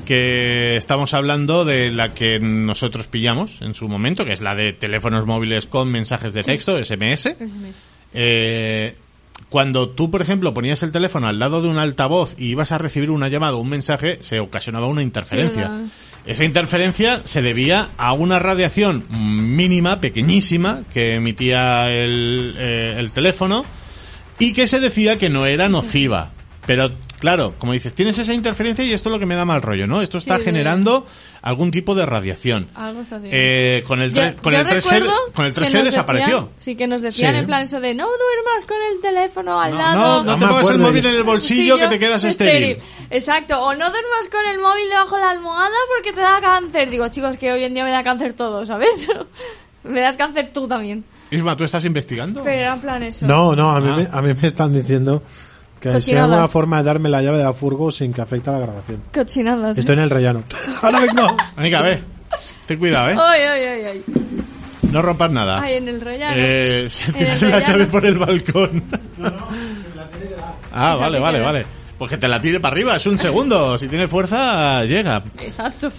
Speaker 3: que estamos hablando de la que nosotros pillamos en su momento, que es la de teléfonos móviles con mensajes de texto, SMS.
Speaker 4: Pues
Speaker 3: Eh, cuando tú, por ejemplo, ponías el teléfono al lado de un altavoz y ibas a recibir una llamada o un mensaje, se ocasionaba una interferencia.
Speaker 4: Sí, una-
Speaker 3: Esa interferencia se debía a una radiación mínima, pequeñísima, que emitía el, eh, el teléfono y que se decía que no era nociva. Pero claro, como dices, tienes esa interferencia y esto es lo que me da mal rollo, ¿no? Esto está
Speaker 4: Sí. Ah,
Speaker 3: generando algún tipo de radiación.
Speaker 4: Algo está haciendo.
Speaker 3: Eh, con el, tre-
Speaker 4: Yo-
Speaker 3: con
Speaker 4: yo
Speaker 3: el 3G,
Speaker 4: recuerdo
Speaker 3: con el
Speaker 4: que
Speaker 3: 3G
Speaker 4: nos
Speaker 3: desapareció.
Speaker 4: decían- sí, que nos decían
Speaker 5: Sí.
Speaker 4: en plan eso de no duermas con el teléfono al lado.
Speaker 3: No, no
Speaker 5: No
Speaker 3: te
Speaker 5: me
Speaker 3: pongas el
Speaker 5: acuerdo.
Speaker 3: móvil en el bolsillo
Speaker 4: Sí,
Speaker 3: que
Speaker 4: yo-
Speaker 3: te quedas
Speaker 4: estéril.
Speaker 3: estéril.
Speaker 4: Exacto, o no duermas con el móvil debajo de la almohada porque te da cáncer. Digo, chicos, que hoy en día me da cáncer todo, ¿sabes? [LAUGHS] me das cáncer tú también.
Speaker 3: Isma, ¿tú estás investigando?
Speaker 4: Pero era en plan eso.
Speaker 5: No, no, a mí,
Speaker 3: Ah.
Speaker 5: me, a mí me están diciendo que es
Speaker 4: Cochinadas.
Speaker 5: una forma de darme la llave de la furgo sin que afecte a la grabación.
Speaker 4: Cochinadas.
Speaker 5: Estoy en
Speaker 4: [LAUGHS]
Speaker 5: el rellano. Ahora vengo.
Speaker 3: Anica, a ver. Ten cuidado, ¿eh?
Speaker 4: Ay, ay, ay, ay.
Speaker 3: No rompas nada.
Speaker 4: Ay, en el rellano.
Speaker 3: Ah. Eh, [LAUGHS] se
Speaker 4: En
Speaker 3: tira
Speaker 4: el
Speaker 3: la
Speaker 4: rellano.
Speaker 3: llave por el balcón. Ah,
Speaker 4: Esa
Speaker 3: vale,
Speaker 4: te
Speaker 3: vale,
Speaker 4: queda.
Speaker 3: vale. Pues que te la tire para arriba, es un segundo. Si tiene fuerza, llega.
Speaker 4: Exacto.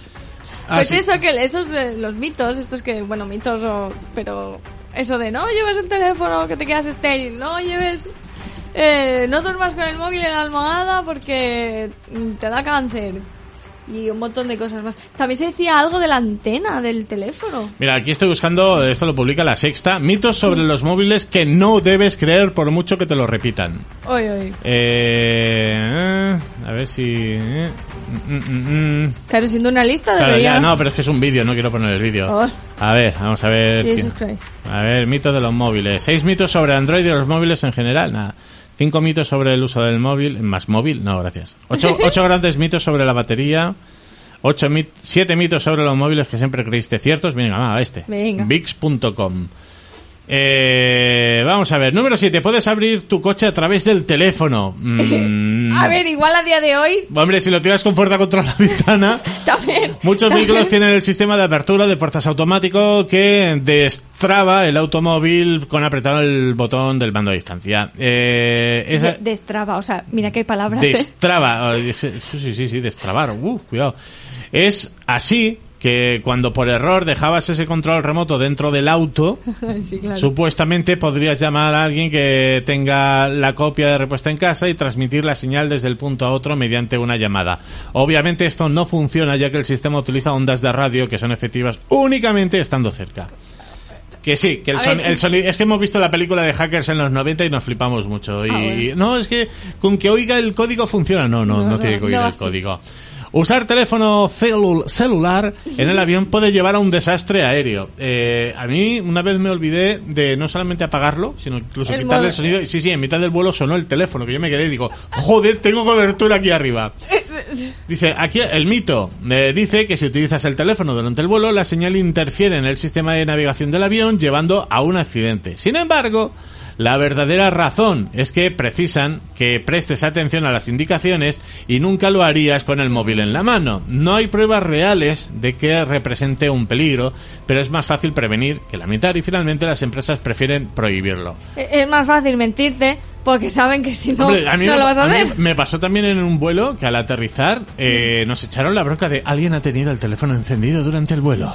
Speaker 3: Ah,
Speaker 4: pues
Speaker 3: sí.
Speaker 4: eso, que esos eh, los mitos, estos que, bueno, mitos o... Pero eso de no lleves el teléfono que te quedas estéril, no lleves... eh, no duermas con el móvil en la almohada porque mm, te da cáncer. Y un montón de cosas más. También se decía algo de la antena del teléfono.
Speaker 3: Mira, aquí estoy buscando, esto lo publica la sexta, mitos sobre los móviles que no debes creer por mucho que te lo repitan.
Speaker 4: Oye, oye.
Speaker 3: Eh, a ver si... eh, mm, mm, mm.
Speaker 4: Claro, siendo una lista
Speaker 3: Claro,
Speaker 4: debería...
Speaker 3: ya, no, pero es que es un vídeo, no quiero poner el vídeo.
Speaker 4: Oh.
Speaker 3: A ver, vamos a ver.
Speaker 4: Jesus
Speaker 3: qué-
Speaker 4: Christ.
Speaker 3: A ver, mitos de los móviles. Seis mitos sobre Android y los móviles en general. Nada. Cinco mitos sobre el uso del móvil. ¿Más móvil? No, gracias.
Speaker 4: [LAUGHS]
Speaker 3: Ocho, ocho grandes mitos sobre la batería. Ocho mit- siete mitos sobre los móviles que siempre creíste ciertos. Venga, va, este.
Speaker 4: Venga.
Speaker 3: Vix.com. Eh, vamos a ver. Número siete. Puedes abrir tu coche a través del teléfono. Mm,
Speaker 4: [LAUGHS] A ver, igual a día de hoy [LAUGHS]
Speaker 3: Hombre, si lo tiras con fuerza contra la ventana.
Speaker 4: también...
Speaker 3: Muchos
Speaker 4: [LAUGHS]
Speaker 3: vehículos tienen el sistema de apertura de puertas automático que destraba el automóvil con apretar el botón del mando a distancia. Eh, esa-
Speaker 4: De- Destraba, o sea, mira qué palabras, ¿eh?
Speaker 3: destraba. Sí, sí, sí, sí, destrabar. Uh, cuidado. Es así que cuando por error dejabas ese control remoto dentro del auto,
Speaker 4: ¿eh? [LAUGHS] sí, claro.
Speaker 3: Supuestamente podrías llamar a alguien que tenga la copia de repuesta en casa y transmitir la señal desde el punto a otro mediante una llamada. Obviamente esto no funciona ya que el sistema utiliza ondas de radio que son efectivas únicamente estando cerca. Que sí, que el,
Speaker 4: A
Speaker 3: son-
Speaker 4: ver.
Speaker 3: el sonido... Es que hemos visto la película de hackers en los 90 y nos flipamos mucho. Y,
Speaker 4: Ah, bueno.
Speaker 3: No, es que con que oiga el código funciona. No, no, no,
Speaker 4: No,
Speaker 3: tiene
Speaker 4: no,
Speaker 3: que oír
Speaker 4: no,
Speaker 3: el
Speaker 4: sí.
Speaker 3: código. Usar teléfono celu- celular en el avión puede llevar a un desastre aéreo. Eh, a mí una vez me olvidé de no solamente apagarlo, sino incluso
Speaker 4: El
Speaker 3: quitarle el
Speaker 4: modo-
Speaker 3: sonido. Y sí, sí, en mitad del vuelo sonó el teléfono, que yo me quedé y digo, joder, tengo cobertura aquí arriba. Dice, aquí el mito eh, dice que si utilizas el teléfono durante el vuelo, la señal interfiere en el sistema de navegación del avión, llevando a un accidente. Sin embargo, la verdadera razón es que precisan que prestes atención a las indicaciones y nunca lo harías con el móvil en la mano. No hay pruebas reales de que represente un peligro, pero es más fácil prevenir que lamentar y finalmente las empresas prefieren prohibirlo.
Speaker 4: Es es más fácil mentirte porque saben que si no,
Speaker 3: Hombre, a mí
Speaker 4: no
Speaker 3: me,
Speaker 4: lo vas a
Speaker 3: a mí
Speaker 4: hacer.
Speaker 3: me pasó también en un vuelo que al aterrizar
Speaker 4: Mm.
Speaker 3: eh, nos echaron la bronca de alguien ha tenido el teléfono encendido durante el vuelo.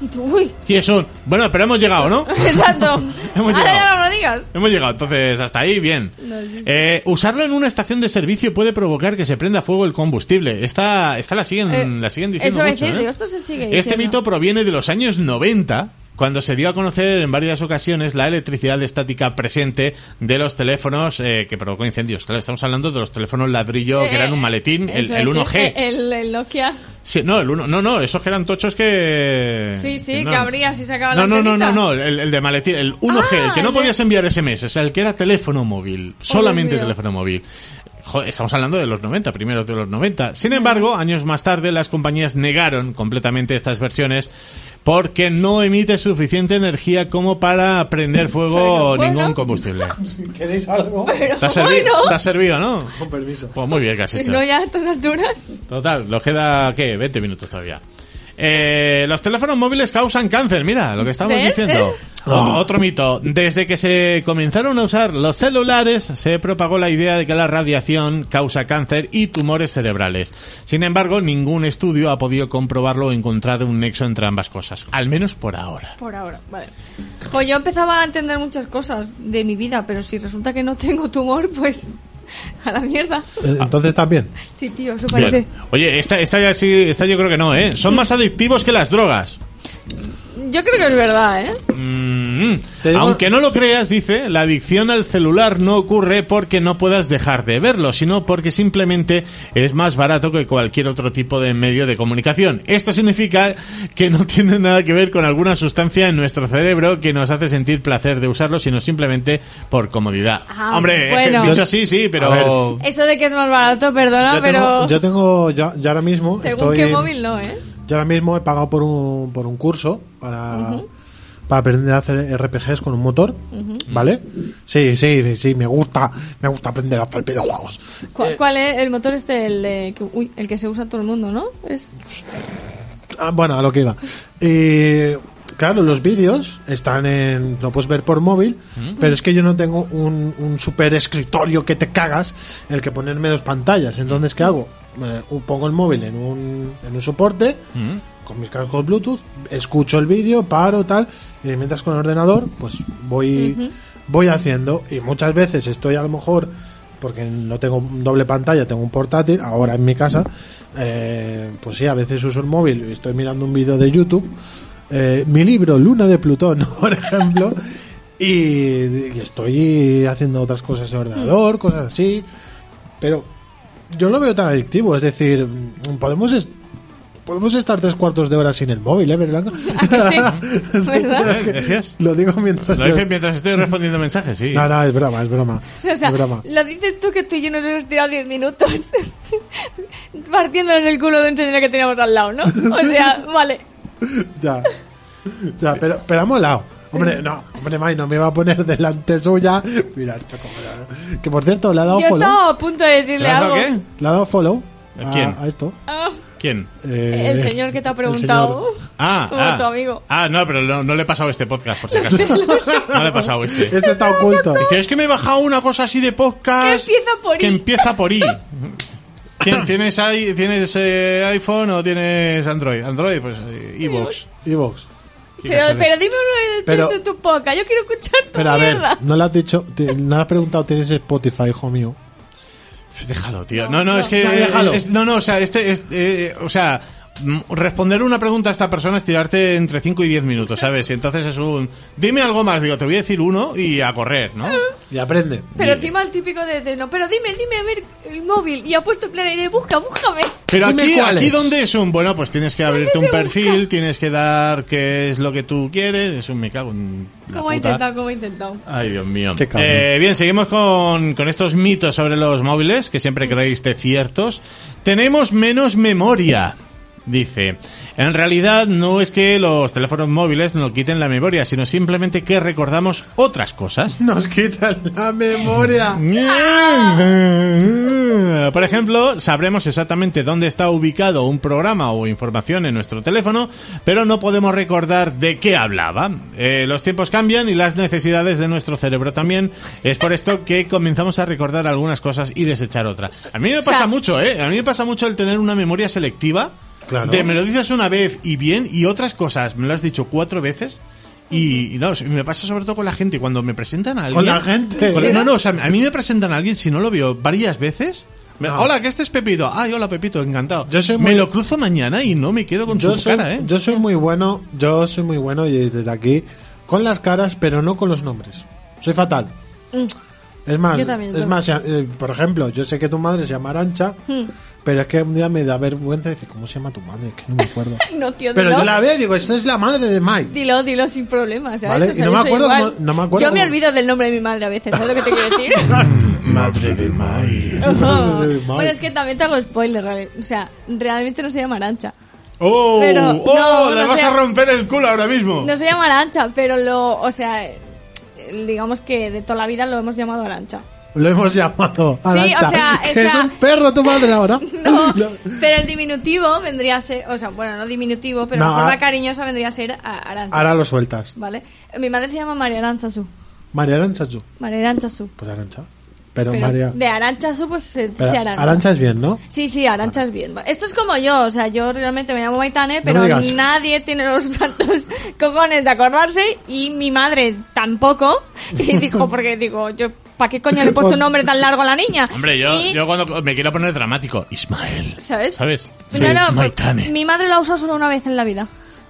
Speaker 4: Y tú, uy, [LAUGHS]
Speaker 3: ¿Quién son? Bueno, pero hemos llegado, ¿no?
Speaker 4: exacto.
Speaker 3: [LAUGHS] Hemos
Speaker 4: Ahora ya
Speaker 3: llegado.
Speaker 4: no lo digas.
Speaker 3: Hemos llegado, entonces hasta ahí bien.
Speaker 4: No, sí, sí.
Speaker 3: Eh, usarlo en una estación de servicio puede provocar que se prenda fuego el combustible. Esta, esta la siguen,
Speaker 4: Eh,
Speaker 3: Mm, la siguen diciendo
Speaker 4: Eso va a
Speaker 3: mucho,
Speaker 4: decir,
Speaker 3: ¿eh?
Speaker 4: digo, esto se sigue
Speaker 3: Este
Speaker 4: diciendo.
Speaker 3: mito proviene de los años 90, cuando se dio a conocer en varias ocasiones la electricidad estática presente de los teléfonos eh, que provocó incendios. Claro, estamos hablando de los teléfonos ladrillo que eran un maletín, el,
Speaker 4: Eh, Eso
Speaker 3: el Eh,
Speaker 4: es,
Speaker 3: 1G.
Speaker 4: eh, El, el Nokia.
Speaker 3: Sí, no, el 1, no, no, esos que eran tochos que...
Speaker 4: Sí, sí,
Speaker 3: no.
Speaker 4: que abría si sacaba
Speaker 3: No,
Speaker 4: la
Speaker 3: no, no,
Speaker 4: antenita.
Speaker 3: no, no, el, el de maletín, el 1G, el que
Speaker 4: Ah,
Speaker 3: no
Speaker 4: el
Speaker 3: podías enviar SMS, o sea, el que era teléfono móvil, solamente
Speaker 4: mío.
Speaker 3: teléfono móvil. Joder, estamos hablando de los 90, primero de los 90. Sin embargo, años más tarde las compañías negaron completamente estas versiones porque no emite suficiente energía como para prender fuego
Speaker 4: Pero bueno.
Speaker 3: ningún
Speaker 4: [LAUGHS]
Speaker 3: combustible.
Speaker 5: ¿Queréis algo?
Speaker 4: Pero [LAUGHS]
Speaker 3: ¿Te has, servi-
Speaker 4: bueno,
Speaker 3: te has servido, no?
Speaker 5: Con permiso.
Speaker 3: Pues muy bien que has
Speaker 4: si
Speaker 3: hecho.
Speaker 4: no ya a estas alturas.
Speaker 3: Total, nos queda, ¿qué? 20 minutos todavía. Eh, los teléfonos móviles causan cáncer, mira lo que estamos
Speaker 4: ¿Ves?
Speaker 3: diciendo.
Speaker 5: ¿Ves?
Speaker 3: Ot- Otro mito. Desde que se comenzaron a usar los celulares, se propagó la idea de que la radiación causa cáncer y tumores cerebrales. Sin embargo, ningún estudio ha podido comprobarlo o encontrar un nexo entre ambas cosas. Al menos por ahora.
Speaker 4: Por ahora, vale. Jo, yo empezaba a entender muchas cosas de mi vida, pero si resulta que no tengo tumor, pues [LAUGHS] a la mierda.
Speaker 5: Entonces también.
Speaker 4: Pues Sí, tío, eso
Speaker 3: Bien.
Speaker 4: parece.
Speaker 3: Oye, esta, esta ya sí, esta yo creo que no, ¿eh? Son más adictivos que las drogas.
Speaker 4: Yo creo que es verdad, ¿eh?
Speaker 3: Mm,
Speaker 5: Te digo-
Speaker 3: Aunque no lo creas, dice, la adicción al celular no ocurre porque no puedas dejar de verlo, sino porque simplemente es más barato que cualquier otro tipo de medio de comunicación. Esto significa que no [LAUGHS] tiene nada que ver con alguna sustancia en nuestro cerebro que nos hace sentir placer de usarlo, sino simplemente por comodidad.
Speaker 4: Ah,
Speaker 3: Hombre, eh,
Speaker 4: bueno.
Speaker 3: dicho así, sí, pero...
Speaker 5: A
Speaker 4: Eso de que es más barato, perdona,
Speaker 5: yo
Speaker 4: pero
Speaker 5: tengo, yo tengo- yo- yo ahora mismo
Speaker 4: según
Speaker 5: estoy,
Speaker 4: qué móvil no, ¿eh?
Speaker 5: yo ahora mismo he pagado por un, por un curso para, para aprender a hacer RPGs con un motor, ¿vale? Sí, sí, sí, sí, me gusta, me gusta aprender a hacer videojuegos.
Speaker 4: ¿Cu-
Speaker 5: Eh,
Speaker 4: ¿Cuál es el motor este? El, de que, uy, el que se usa en todo el mundo, ¿no? Es... [LAUGHS]
Speaker 5: Ah, bueno, a lo que iba. Eh, claro, los vídeos están en. Lo puedes ver por móvil, pero es que yo no tengo un, un super escritorio que te cagas en el que ponerme dos pantallas. Entonces, ¿qué hago? Eh, u- pongo el móvil en un, en un soporte. Con mis cascos Bluetooth, escucho el vídeo, paro, tal, y mientras con el ordenador, pues voy, voy haciendo. Y muchas veces estoy a lo mejor, porque no tengo doble pantalla, tengo un portátil, ahora en mi casa, eh, pues sí, a veces uso el móvil y estoy mirando un vídeo de YouTube. eh, mi libro, Luna de Plutón, [LAUGHS] por ejemplo, y, y estoy haciendo otras cosas en el ordenador, cosas así, pero yo lo veo tan adictivo, es decir, podemos... es- Podemos estar tres cuartos de hora sin el móvil,
Speaker 4: [LAUGHS]
Speaker 5: ¿eh, Blanca?
Speaker 4: ¿A que Ah, sí?
Speaker 5: [LAUGHS]
Speaker 4: ¿Verdad?
Speaker 3: Eh, gracias.
Speaker 5: Lo digo mientras...
Speaker 3: Lo
Speaker 5: yo-
Speaker 3: dices mientras estoy respondiendo mensajes, sí.
Speaker 5: No, no, es broma, es broma.
Speaker 4: O sea,
Speaker 5: es broma.
Speaker 4: lo dices tú que tú y yo nos hemos tirado 10 minutos [LAUGHS] partiéndonos el culo de un señor que teníamos al lado, ¿no?
Speaker 5: [LAUGHS]
Speaker 4: O sea, vale.
Speaker 5: Ya. Ya, pero, pero ha molado. Hombre, no, hombre, May, no me iba a poner delante suya. Mira esto como era. Que por cierto, le ha dado
Speaker 4: Yo
Speaker 5: follow.
Speaker 4: estaba a punto de
Speaker 3: ¿Le
Speaker 4: decirle
Speaker 3: has dado
Speaker 4: algo.
Speaker 3: qué?
Speaker 5: Le ha dado follow.
Speaker 3: ¿A quién?
Speaker 5: A, esto.
Speaker 4: Ah,
Speaker 3: ¿Quién?
Speaker 5: Eh,
Speaker 4: el señor que te ha
Speaker 5: el
Speaker 4: preguntado.
Speaker 5: señor.
Speaker 3: Ah,
Speaker 4: Como
Speaker 3: ah.
Speaker 4: tu amigo.
Speaker 3: Ah, no, pero no, no le he pasado este podcast, por si acaso.
Speaker 4: sé, lo sé.
Speaker 3: No le he pasado este.
Speaker 5: Este está oculto.
Speaker 4: [LAUGHS]
Speaker 3: Dice, es que me he bajado una cosa así de podcast.
Speaker 4: Que empieza por I.
Speaker 3: que empieza por I. ¿Tien- ¿Tienes, ahí- tienes eh, iPhone o tienes Android? Android, pues eh, iVoox.
Speaker 5: Evox.
Speaker 4: Pero, pero eh, dime uno de-
Speaker 5: Pero-
Speaker 4: de tu poca, yo quiero escuchar tu
Speaker 5: Pero a ver,
Speaker 4: mierda.
Speaker 5: no le has dicho, te- no le has preguntado, ¿tienes Spotify, hijo mío?
Speaker 3: Déjalo, tío. No, no, es que.
Speaker 5: Ya, déjalo.
Speaker 3: es- no, no, o sea, este. es- eh, o sea. mm, responder una pregunta a esta persona es tirarte entre 5 y 10 minutos, ¿sabes? Y entonces es un... Dime algo más, digo, te voy a decir uno y a correr, ¿no?
Speaker 5: Y aprende.
Speaker 4: Pero encima el típico de, de no, pero dime, dime, a ver el móvil. Y ha puesto en plan idea, busca, búscame.
Speaker 3: Pero
Speaker 5: Dime
Speaker 3: aquí,
Speaker 5: cuál
Speaker 3: aquí
Speaker 5: es.
Speaker 3: ¿dónde es un? Bueno, pues tienes que abrirte un
Speaker 4: se busca?
Speaker 3: perfil, tienes que dar qué es lo que tú quieres. Es un me cago en la
Speaker 4: Como ha
Speaker 3: puta.
Speaker 4: intentado, como ha intentado.
Speaker 3: Ay, Dios mío.
Speaker 5: Qué cabrón.
Speaker 3: Eh, bien, seguimos con, con estos mitos sobre los móviles que siempre creéis de ciertos. Tenemos menos memoria. Dice, en realidad no es que los teléfonos móviles nos quiten la memoria, sino simplemente que recordamos otras cosas.
Speaker 5: Nos quitan la memoria.
Speaker 3: Por ejemplo, sabremos exactamente dónde está ubicado un programa o información en nuestro teléfono, pero no podemos recordar de qué hablaba. Eh, los tiempos cambian y las necesidades de nuestro cerebro también. Es por esto que comenzamos a recordar algunas cosas y desechar otras. A mí me pasa
Speaker 4: sea-
Speaker 3: mucho, ¿eh? A mí me pasa mucho el tener una memoria selectiva.
Speaker 5: Claro.
Speaker 3: De me lo dices una vez y bien, y otras cosas me lo has dicho cuatro veces. Y, y no, me pasa sobre todo con la gente. Cuando me presentan a alguien.
Speaker 5: la gente.
Speaker 3: con-
Speaker 5: Sí.
Speaker 3: Ah, no, no, o sea, a mí me presentan a alguien si no lo veo varias veces. me-
Speaker 5: No.
Speaker 3: Hola, que este es Pepito. Ay, hola Pepito, encantado.
Speaker 5: Yo soy
Speaker 3: me
Speaker 5: muy-
Speaker 3: lo cruzo mañana y no me quedo con
Speaker 5: Yo
Speaker 3: su
Speaker 5: soy,
Speaker 3: cara, ¿eh?
Speaker 5: yo soy muy bueno, yo soy muy bueno y desde aquí con las caras, pero no con los nombres. Soy fatal. Es más,
Speaker 4: Mm. Yo también, Mm.
Speaker 5: es
Speaker 4: yo
Speaker 5: más, eh, por ejemplo, yo sé que tu madre se llama Arancha, pero es que un día me da vergüenza y dice, ¿cómo se llama tu madre? Que no me acuerdo.
Speaker 4: [LAUGHS] Ay, no, tío,
Speaker 5: pero
Speaker 4: dilo.
Speaker 5: yo la veo y digo, esta es la madre de Mike.
Speaker 4: Dilo, dilo sin problemas, ¿eh? ¿sabes?
Speaker 5: Vale,
Speaker 4: O sea,
Speaker 5: y no me
Speaker 4: yo soy
Speaker 5: acuerdo
Speaker 4: igual.
Speaker 5: cómo- no me acuerdo
Speaker 4: Yo me
Speaker 5: cómo-
Speaker 4: olvido del nombre de mi madre a veces, ¿sabes lo que te quiero decir?
Speaker 5: [LAUGHS]
Speaker 4: [LAUGHS]
Speaker 5: Madre de Mike. Madre de Mike.
Speaker 4: bueno, es que también te hago spoiler, real- o sea, realmente no se llama Arancha.
Speaker 3: ¡Oh!
Speaker 4: Pero- no,
Speaker 3: ¡Oh! ¡Le
Speaker 4: no
Speaker 3: vas
Speaker 4: sea-
Speaker 3: a romper el culo ahora mismo!
Speaker 4: No se llama Arancha, pero lo, o sea, eh, digamos que de toda la vida lo hemos llamado Arancha.
Speaker 5: Lo hemos llamado Arancha.
Speaker 4: o sea,
Speaker 5: [LAUGHS] que
Speaker 4: esa-
Speaker 5: es un perro tu madre ahora.
Speaker 4: [LAUGHS]
Speaker 5: [LAUGHS]
Speaker 4: No,
Speaker 5: No.
Speaker 4: pero el diminutivo vendría a ser, o sea, bueno, no diminutivo, pero
Speaker 5: No,
Speaker 4: la forma
Speaker 5: a-
Speaker 4: cariñosa vendría a ser a- Arancha.
Speaker 5: Ahora lo sueltas.
Speaker 4: ¿Vale? Mi madre se llama María Aranchazu.
Speaker 5: María Arancha, tú.
Speaker 4: María Aranchazu.
Speaker 5: Pues Arancha. Pero,
Speaker 4: Pero
Speaker 5: María.
Speaker 4: de Aranchazu, pues se dice
Speaker 5: Pero
Speaker 4: Arancha.
Speaker 5: Arancha es bien, ¿no?
Speaker 4: Sí, sí, Arancha es bien. Esto es como yo, o sea, yo realmente me llamo Maitane, pero
Speaker 5: me digas.
Speaker 4: nadie tiene los tantos [LAUGHS] cojones de acordarse y mi madre tampoco.
Speaker 5: [LAUGHS]
Speaker 4: Y dijo, porque digo, yo, ¿para qué coño le he puesto
Speaker 5: Pues-
Speaker 4: un nombre tan largo a la niña?
Speaker 3: Hombre, yo,
Speaker 4: Y,
Speaker 3: yo cuando me quiero poner dramático. Ismael.
Speaker 4: ¿Sabes?
Speaker 3: ¿Sabes?
Speaker 4: No, no, pues,
Speaker 3: Maitane.
Speaker 4: mi madre lo ha usado solo una vez en la vida.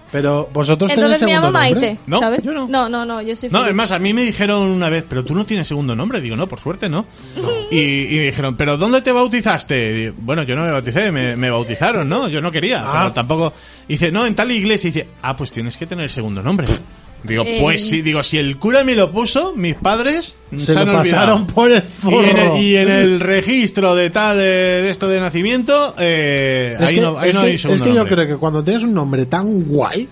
Speaker 5: Pero vosotros tenéis
Speaker 4: Entonces me
Speaker 5: segundo
Speaker 4: llamo
Speaker 5: nombre.
Speaker 4: Maite,
Speaker 3: No,
Speaker 4: ¿sabes?
Speaker 3: yo no.
Speaker 4: no, no, no, yo soy
Speaker 3: No,
Speaker 4: feliz.
Speaker 3: es más, a mí me dijeron una vez, pero tú no tienes segundo nombre. Digo, no, por suerte no. Y, y me dijeron, ¿pero dónde te bautizaste? Y digo, bueno, yo no me bauticé, me, me bautizaron, ¿no? Yo no quería,
Speaker 5: Ah.
Speaker 3: pero tampoco. Y dice, no, en tal iglesia. Y dice, ah, pues tienes que tener segundo nombre. Digo,
Speaker 4: Eh.
Speaker 3: pues sí, digo, si el cura me lo puso, mis padres
Speaker 5: Se,
Speaker 3: han
Speaker 5: lo
Speaker 3: olvidado.
Speaker 5: pasaron por el forro.
Speaker 3: Y en el, y en el registro de tal, de, de esto de nacimiento, eh,
Speaker 5: Es
Speaker 3: ahí,
Speaker 5: que,
Speaker 3: no, ahí
Speaker 5: es
Speaker 3: no
Speaker 5: que-
Speaker 3: hay segundo
Speaker 5: es que yo
Speaker 3: nombre.
Speaker 5: creo que cuando tienes un nombre tan guay,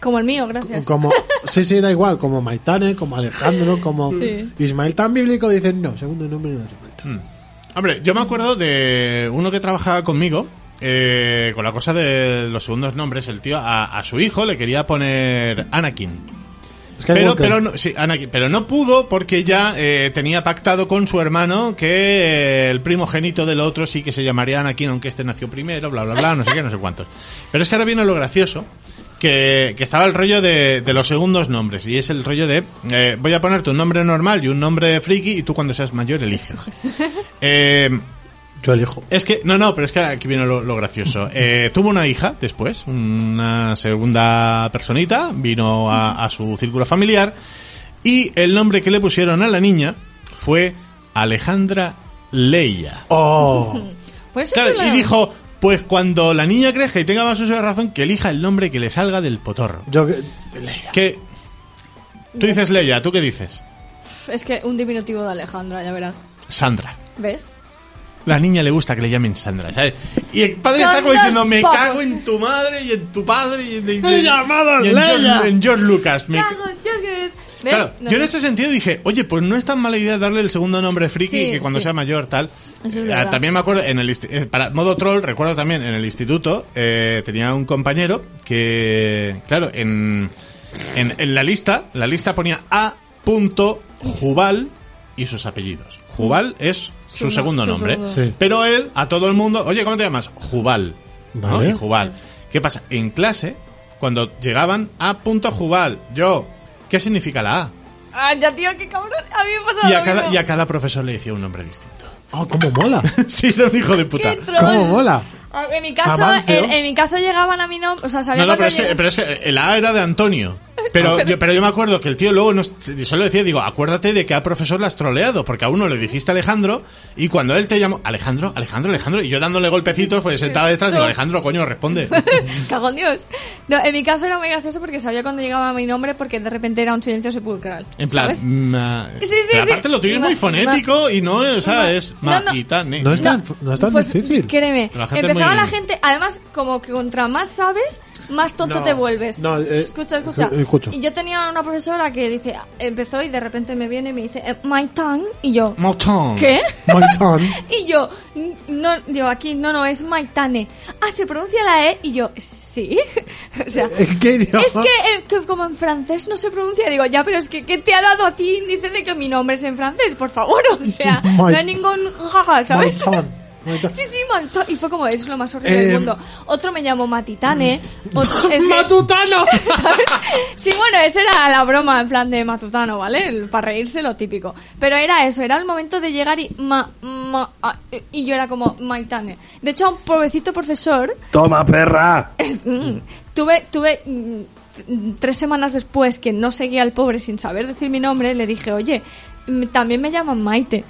Speaker 4: Como el mío, gracias. [LAUGHS]
Speaker 5: como. Sí, sí, da igual, como Maitane, como Alejandro, como
Speaker 4: Sí.
Speaker 5: Ismael, tan bíblico, dicen, no, segundo nombre no hace falta.
Speaker 3: Mm. Hombre, yo me acuerdo de uno que trabajaba conmigo, eh, con la cosa de los segundos nombres, el tío a, a su hijo le quería poner Anakin.
Speaker 5: Es que hay
Speaker 3: Pero,
Speaker 5: Walker.
Speaker 3: pero, no, sí, Anakin, pero no pudo porque ya eh, tenía pactado con su hermano que eh, el primogénito del otro sí que se llamaría Anakin, aunque este nació primero, bla, bla, bla, no sé qué, no sé cuántos. Pero es que ahora viene lo gracioso, que, que estaba el rollo de, de los segundos nombres, y es el rollo de, eh, voy a ponerte un nombre normal y un nombre friki, y tú cuando seas mayor eliges. Eh,
Speaker 5: Yo elijo.
Speaker 3: es que, no, no, pero es que aquí viene lo, lo gracioso. Eh, tuvo una hija después, una segunda personita, vino a, a su círculo familiar y el nombre que le pusieron a la niña fue Alejandra Leia.
Speaker 5: ¡Oh!
Speaker 4: [LAUGHS] Pues eso
Speaker 3: Claro,
Speaker 4: es
Speaker 3: y
Speaker 4: lo-
Speaker 3: dijo, pues cuando la niña crezca y tenga más uso de razón, que elija el nombre que le salga del potorro.
Speaker 5: Yo. que-
Speaker 3: Que... Tú dices Leia, ¿tú qué dices?
Speaker 4: Es que un diminutivo de Alejandra, ya verás.
Speaker 3: Sandra.
Speaker 4: ¿Ves?
Speaker 3: La niña le gusta que le llamen Sandra, ¿sabes? Y el padre está como
Speaker 4: Con
Speaker 3: diciendo,
Speaker 4: dos
Speaker 3: me
Speaker 4: pavos".
Speaker 3: cago en tu madre y en tu padre y en, y-
Speaker 5: ¡He llamado
Speaker 3: y en,
Speaker 5: Leia!
Speaker 3: George, en George Lucas. Me-
Speaker 4: Cago en Dios que eres. ¿Ves?
Speaker 3: Claro,
Speaker 4: No,
Speaker 3: yo en
Speaker 4: no.
Speaker 3: ese sentido dije, oye, pues no es tan mala idea darle el segundo nombre friki
Speaker 4: Sí,
Speaker 3: que cuando
Speaker 4: sí.
Speaker 3: sea mayor tal.
Speaker 4: Eso es
Speaker 3: Eh,
Speaker 4: verdad.
Speaker 3: también me acuerdo, en el insti- eh, para modo troll, recuerdo también en el instituto, eh, tenía un compañero que, claro, en, en, en la lista, la lista ponía A. Jubal y sus apellidos. Jubal es su,
Speaker 4: Su-
Speaker 3: segundo
Speaker 4: su
Speaker 3: nombre.
Speaker 4: segundo.
Speaker 5: Sí.
Speaker 3: Pero él, a todo el mundo, oye, ¿cómo te llamas? Jubal. ¿no?
Speaker 5: Vale.
Speaker 3: Y Jubal. ¿Qué pasa? En clase, cuando llegaban a punto Jubal, yo, ¿qué significa la A?
Speaker 4: Ah, ya, tío, qué cabrón. A mí me pasa
Speaker 3: Y
Speaker 4: lo
Speaker 3: a, cada,
Speaker 4: mismo.
Speaker 3: y a cada profesor le decía un nombre distinto. [LAUGHS]
Speaker 5: ¡Oh, cómo mola!
Speaker 3: Sí, era un hijo de puta.
Speaker 4: ¡Qué troll!
Speaker 5: ¡Cómo mola!
Speaker 4: En mi caso, eh,
Speaker 5: Amancio.
Speaker 4: en, en mi caso llegaban a mi nombre. O sea, sabía
Speaker 3: No, no,
Speaker 4: cuando
Speaker 3: pero es, que,
Speaker 4: lleg-
Speaker 3: pero es que el A era de Antonio. Pero, yo, pero yo me acuerdo que el tío luego nos, solo decía, digo, acuérdate de que a profesor la has troleado, porque a uno le dijiste Alejandro, y cuando él te llamó, Alejandro, Alejandro, Alejandro, y yo dándole golpecitos, pues sentaba detrás, digo, Alejandro, coño, responde.
Speaker 4: [LAUGHS] Cago en Dios. No, en mi caso era muy gracioso porque sabía cuando llegaba mi nombre porque de repente era un silencio sepulcral.
Speaker 3: En plan,
Speaker 4: ¿sabes?
Speaker 3: ma-
Speaker 4: Sí, sí,
Speaker 3: pero
Speaker 4: sí.
Speaker 3: aparte lo tuyo es
Speaker 4: Ma-
Speaker 3: muy fonético y no, o sea,
Speaker 4: ma-
Speaker 3: es
Speaker 4: no, no.
Speaker 3: maitane.
Speaker 5: No es tan, no es tan
Speaker 4: Pues,
Speaker 5: difícil.
Speaker 4: Créeme,
Speaker 3: La gente es
Speaker 4: empezaba
Speaker 3: muy-
Speaker 4: la gente, además, como que contra más sabes, más tonto
Speaker 5: No,
Speaker 4: te vuelves.
Speaker 5: no, eh,
Speaker 4: escucha, escucha.
Speaker 5: eh, escucho.
Speaker 4: Y yo tenía una profesora que dice, empezó y de repente me viene y me dice, eh, my tongue, y yo,
Speaker 3: Motón.
Speaker 4: ¿qué?
Speaker 5: Montón.
Speaker 4: Y yo, "N- no, digo, aquí, no, no, es Maitane. Ah, se pronuncia la E y yo, sí. [LAUGHS] o sea,
Speaker 5: ¿En qué idioma?
Speaker 4: es que, eh, que como en francés no se pronuncia, digo, ya, pero es que, ¿qué te ha dado a ti índice de que mi nombre es en francés? Por favor, [LAUGHS] o sea, no hay ningún jaja, ¿sabes?
Speaker 5: Montón. Montón.
Speaker 4: Sí, sí, Maitane. Y fue como, es lo más horrible del
Speaker 5: Eh,
Speaker 4: mundo. Otro me llamó Matitane. otro- es que-
Speaker 3: ¡Matutano!
Speaker 4: ¿sabes? Sí, bueno, esa era la broma en plan de Mazutano, ¿vale? El- para reírse lo típico. Pero era eso, era el momento de llegar y ma, ma- a- y yo era como Maitane. De hecho, a un pobrecito profesor
Speaker 2: ¡Toma, perra!
Speaker 4: es- mm, tuve tuve mm, t- mm, tres semanas después que no seguía al pobre sin saber decir mi nombre, le dije, "Oye, mm, también me llaman Maite."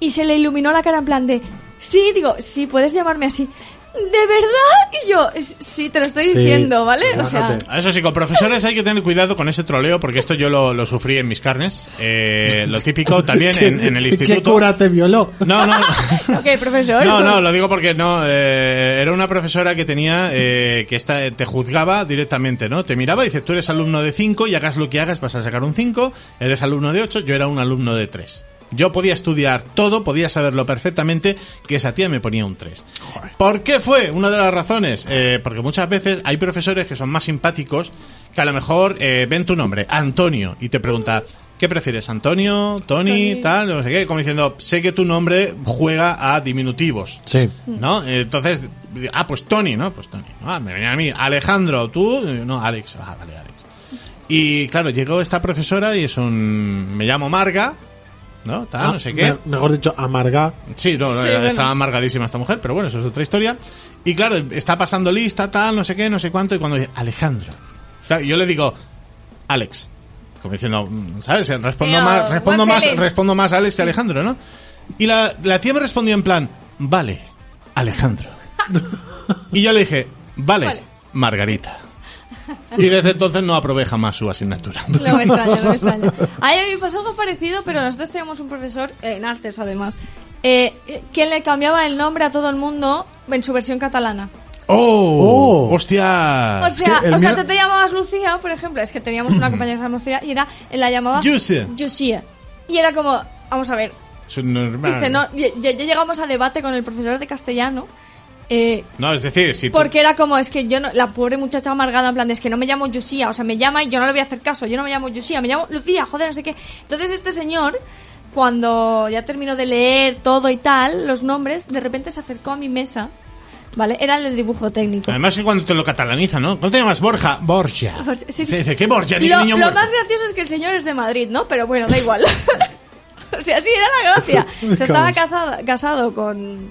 Speaker 4: Y se le iluminó la cara en plan de, "Sí, digo, sí puedes llamarme así." ¿De verdad? Y yo, "Sí, te lo estoy
Speaker 5: Sí,
Speaker 4: diciendo, ¿vale?" O sea,
Speaker 5: relájate.
Speaker 3: A Eso sí, con profesores hay que tener cuidado con ese troleo, porque esto yo lo, lo sufrí en mis carnes. Eh, lo típico también en, en el
Speaker 5: [LAUGHS] ¿Qué- ¿Qué
Speaker 3: instituto.
Speaker 5: cura te violó?
Speaker 3: No, no.
Speaker 4: [LAUGHS] Ok, profesor.
Speaker 3: No, no, lo digo porque no. eh, era una profesora que tenía eh, que esta, te juzgaba directamente, ¿no? Te miraba y dice, tú eres alumno de 5 y hagas lo que hagas vas a sacar un 5, eres alumno de 8, yo era un alumno de 3. Yo podía estudiar todo, podía saberlo perfectamente, que esa tía me ponía un 3. ¿Por qué fue? Una de las razones, eh, porque muchas veces hay profesores que son más simpáticos que a lo mejor eh, ven tu nombre, Antonio, y te pregunta, ¿qué prefieres, Antonio, Tony,
Speaker 4: Tony.
Speaker 3: tal, no sé qué? Como diciendo, sé que tu nombre juega a diminutivos.
Speaker 5: Sí.
Speaker 3: ¿No? Entonces, ah, pues Tony, ¿no? Pues Tony. Ah, me venía a mí. Alejandro, tú. No, Alex. Ah, vale, Alex. Y claro, llegó esta profesora y es un. Me llamo Marga, ¿no? Tal,
Speaker 5: Ah,
Speaker 3: no sé qué.
Speaker 5: me- mejor dicho, amarga.
Speaker 3: Sí, no, no,
Speaker 4: Sí,
Speaker 3: era-
Speaker 4: bueno.
Speaker 3: estaba amargadísima esta mujer, pero bueno, eso es otra historia. Y claro, está pasando lista, tal, no sé qué, no sé cuánto, y cuando dice Alejandro. O sea, yo le digo, Alex. Como diciendo, mm, ¿sabes? Respondo
Speaker 4: Tío,
Speaker 3: más, respondo
Speaker 4: buen
Speaker 3: más,
Speaker 4: feeling.
Speaker 3: respondo más a Alex que a Alejandro, ¿no? Y la, la tía me respondió en plan, vale,
Speaker 4: [LAUGHS]
Speaker 3: Alejandro. y yo le dije, vale,
Speaker 4: Vale.
Speaker 3: Margarita. Y desde entonces no aprobé jamás su asignatura.
Speaker 4: Lo me extraña, lo me extraña. Ahí a mí me pasó algo parecido, pero nosotros teníamos un profesor, eh, en artes además, eh, eh, que le cambiaba el nombre a todo el mundo en su versión catalana.
Speaker 3: [LAUGHS] ¡Oh!
Speaker 5: Oh.
Speaker 3: ¡Hostia!
Speaker 4: O sea,
Speaker 5: que el
Speaker 4: o sea
Speaker 5: mío-
Speaker 4: tú te llamabas Lucía, por ejemplo, es que teníamos una compañera que se llamaba Lucía y era, la llamaba
Speaker 3: Yusia.
Speaker 4: Yusia. Y era como, vamos a ver,
Speaker 3: Eso es normal.
Speaker 4: dice, no, ya, ya- ya llegamos a debate con el profesor de castellano. Eh,
Speaker 3: No, es decir, si tú-
Speaker 4: Porque era como, es que yo no, la pobre muchacha amargada, en plan, es que no me llamo Yusia, o sea, me llama y yo no le voy a hacer caso, yo no me llamo Yusia, me llamo Lucía, joder, no sé qué. Entonces este señor, cuando ya terminó de leer todo y tal, los nombres, de repente se acercó a mi mesa, ¿vale? Era el del dibujo técnico.
Speaker 3: Además que cuando te lo catalanizan, ¿no? ¿Cómo te llamas? Borja. Borja.
Speaker 4: Borja, sí, sí.
Speaker 3: Se dice, ¿qué Borja? Ni
Speaker 4: lo,
Speaker 3: niño
Speaker 4: lo
Speaker 3: muerto.
Speaker 4: más gracioso es que el señor es de Madrid, ¿no? Pero bueno, da igual. [LAUGHS] o sea, sí, era la
Speaker 3: [LAUGHS]
Speaker 4: gracia.
Speaker 5: Me
Speaker 4: Se estaba
Speaker 5: cago.
Speaker 4: casada- casado con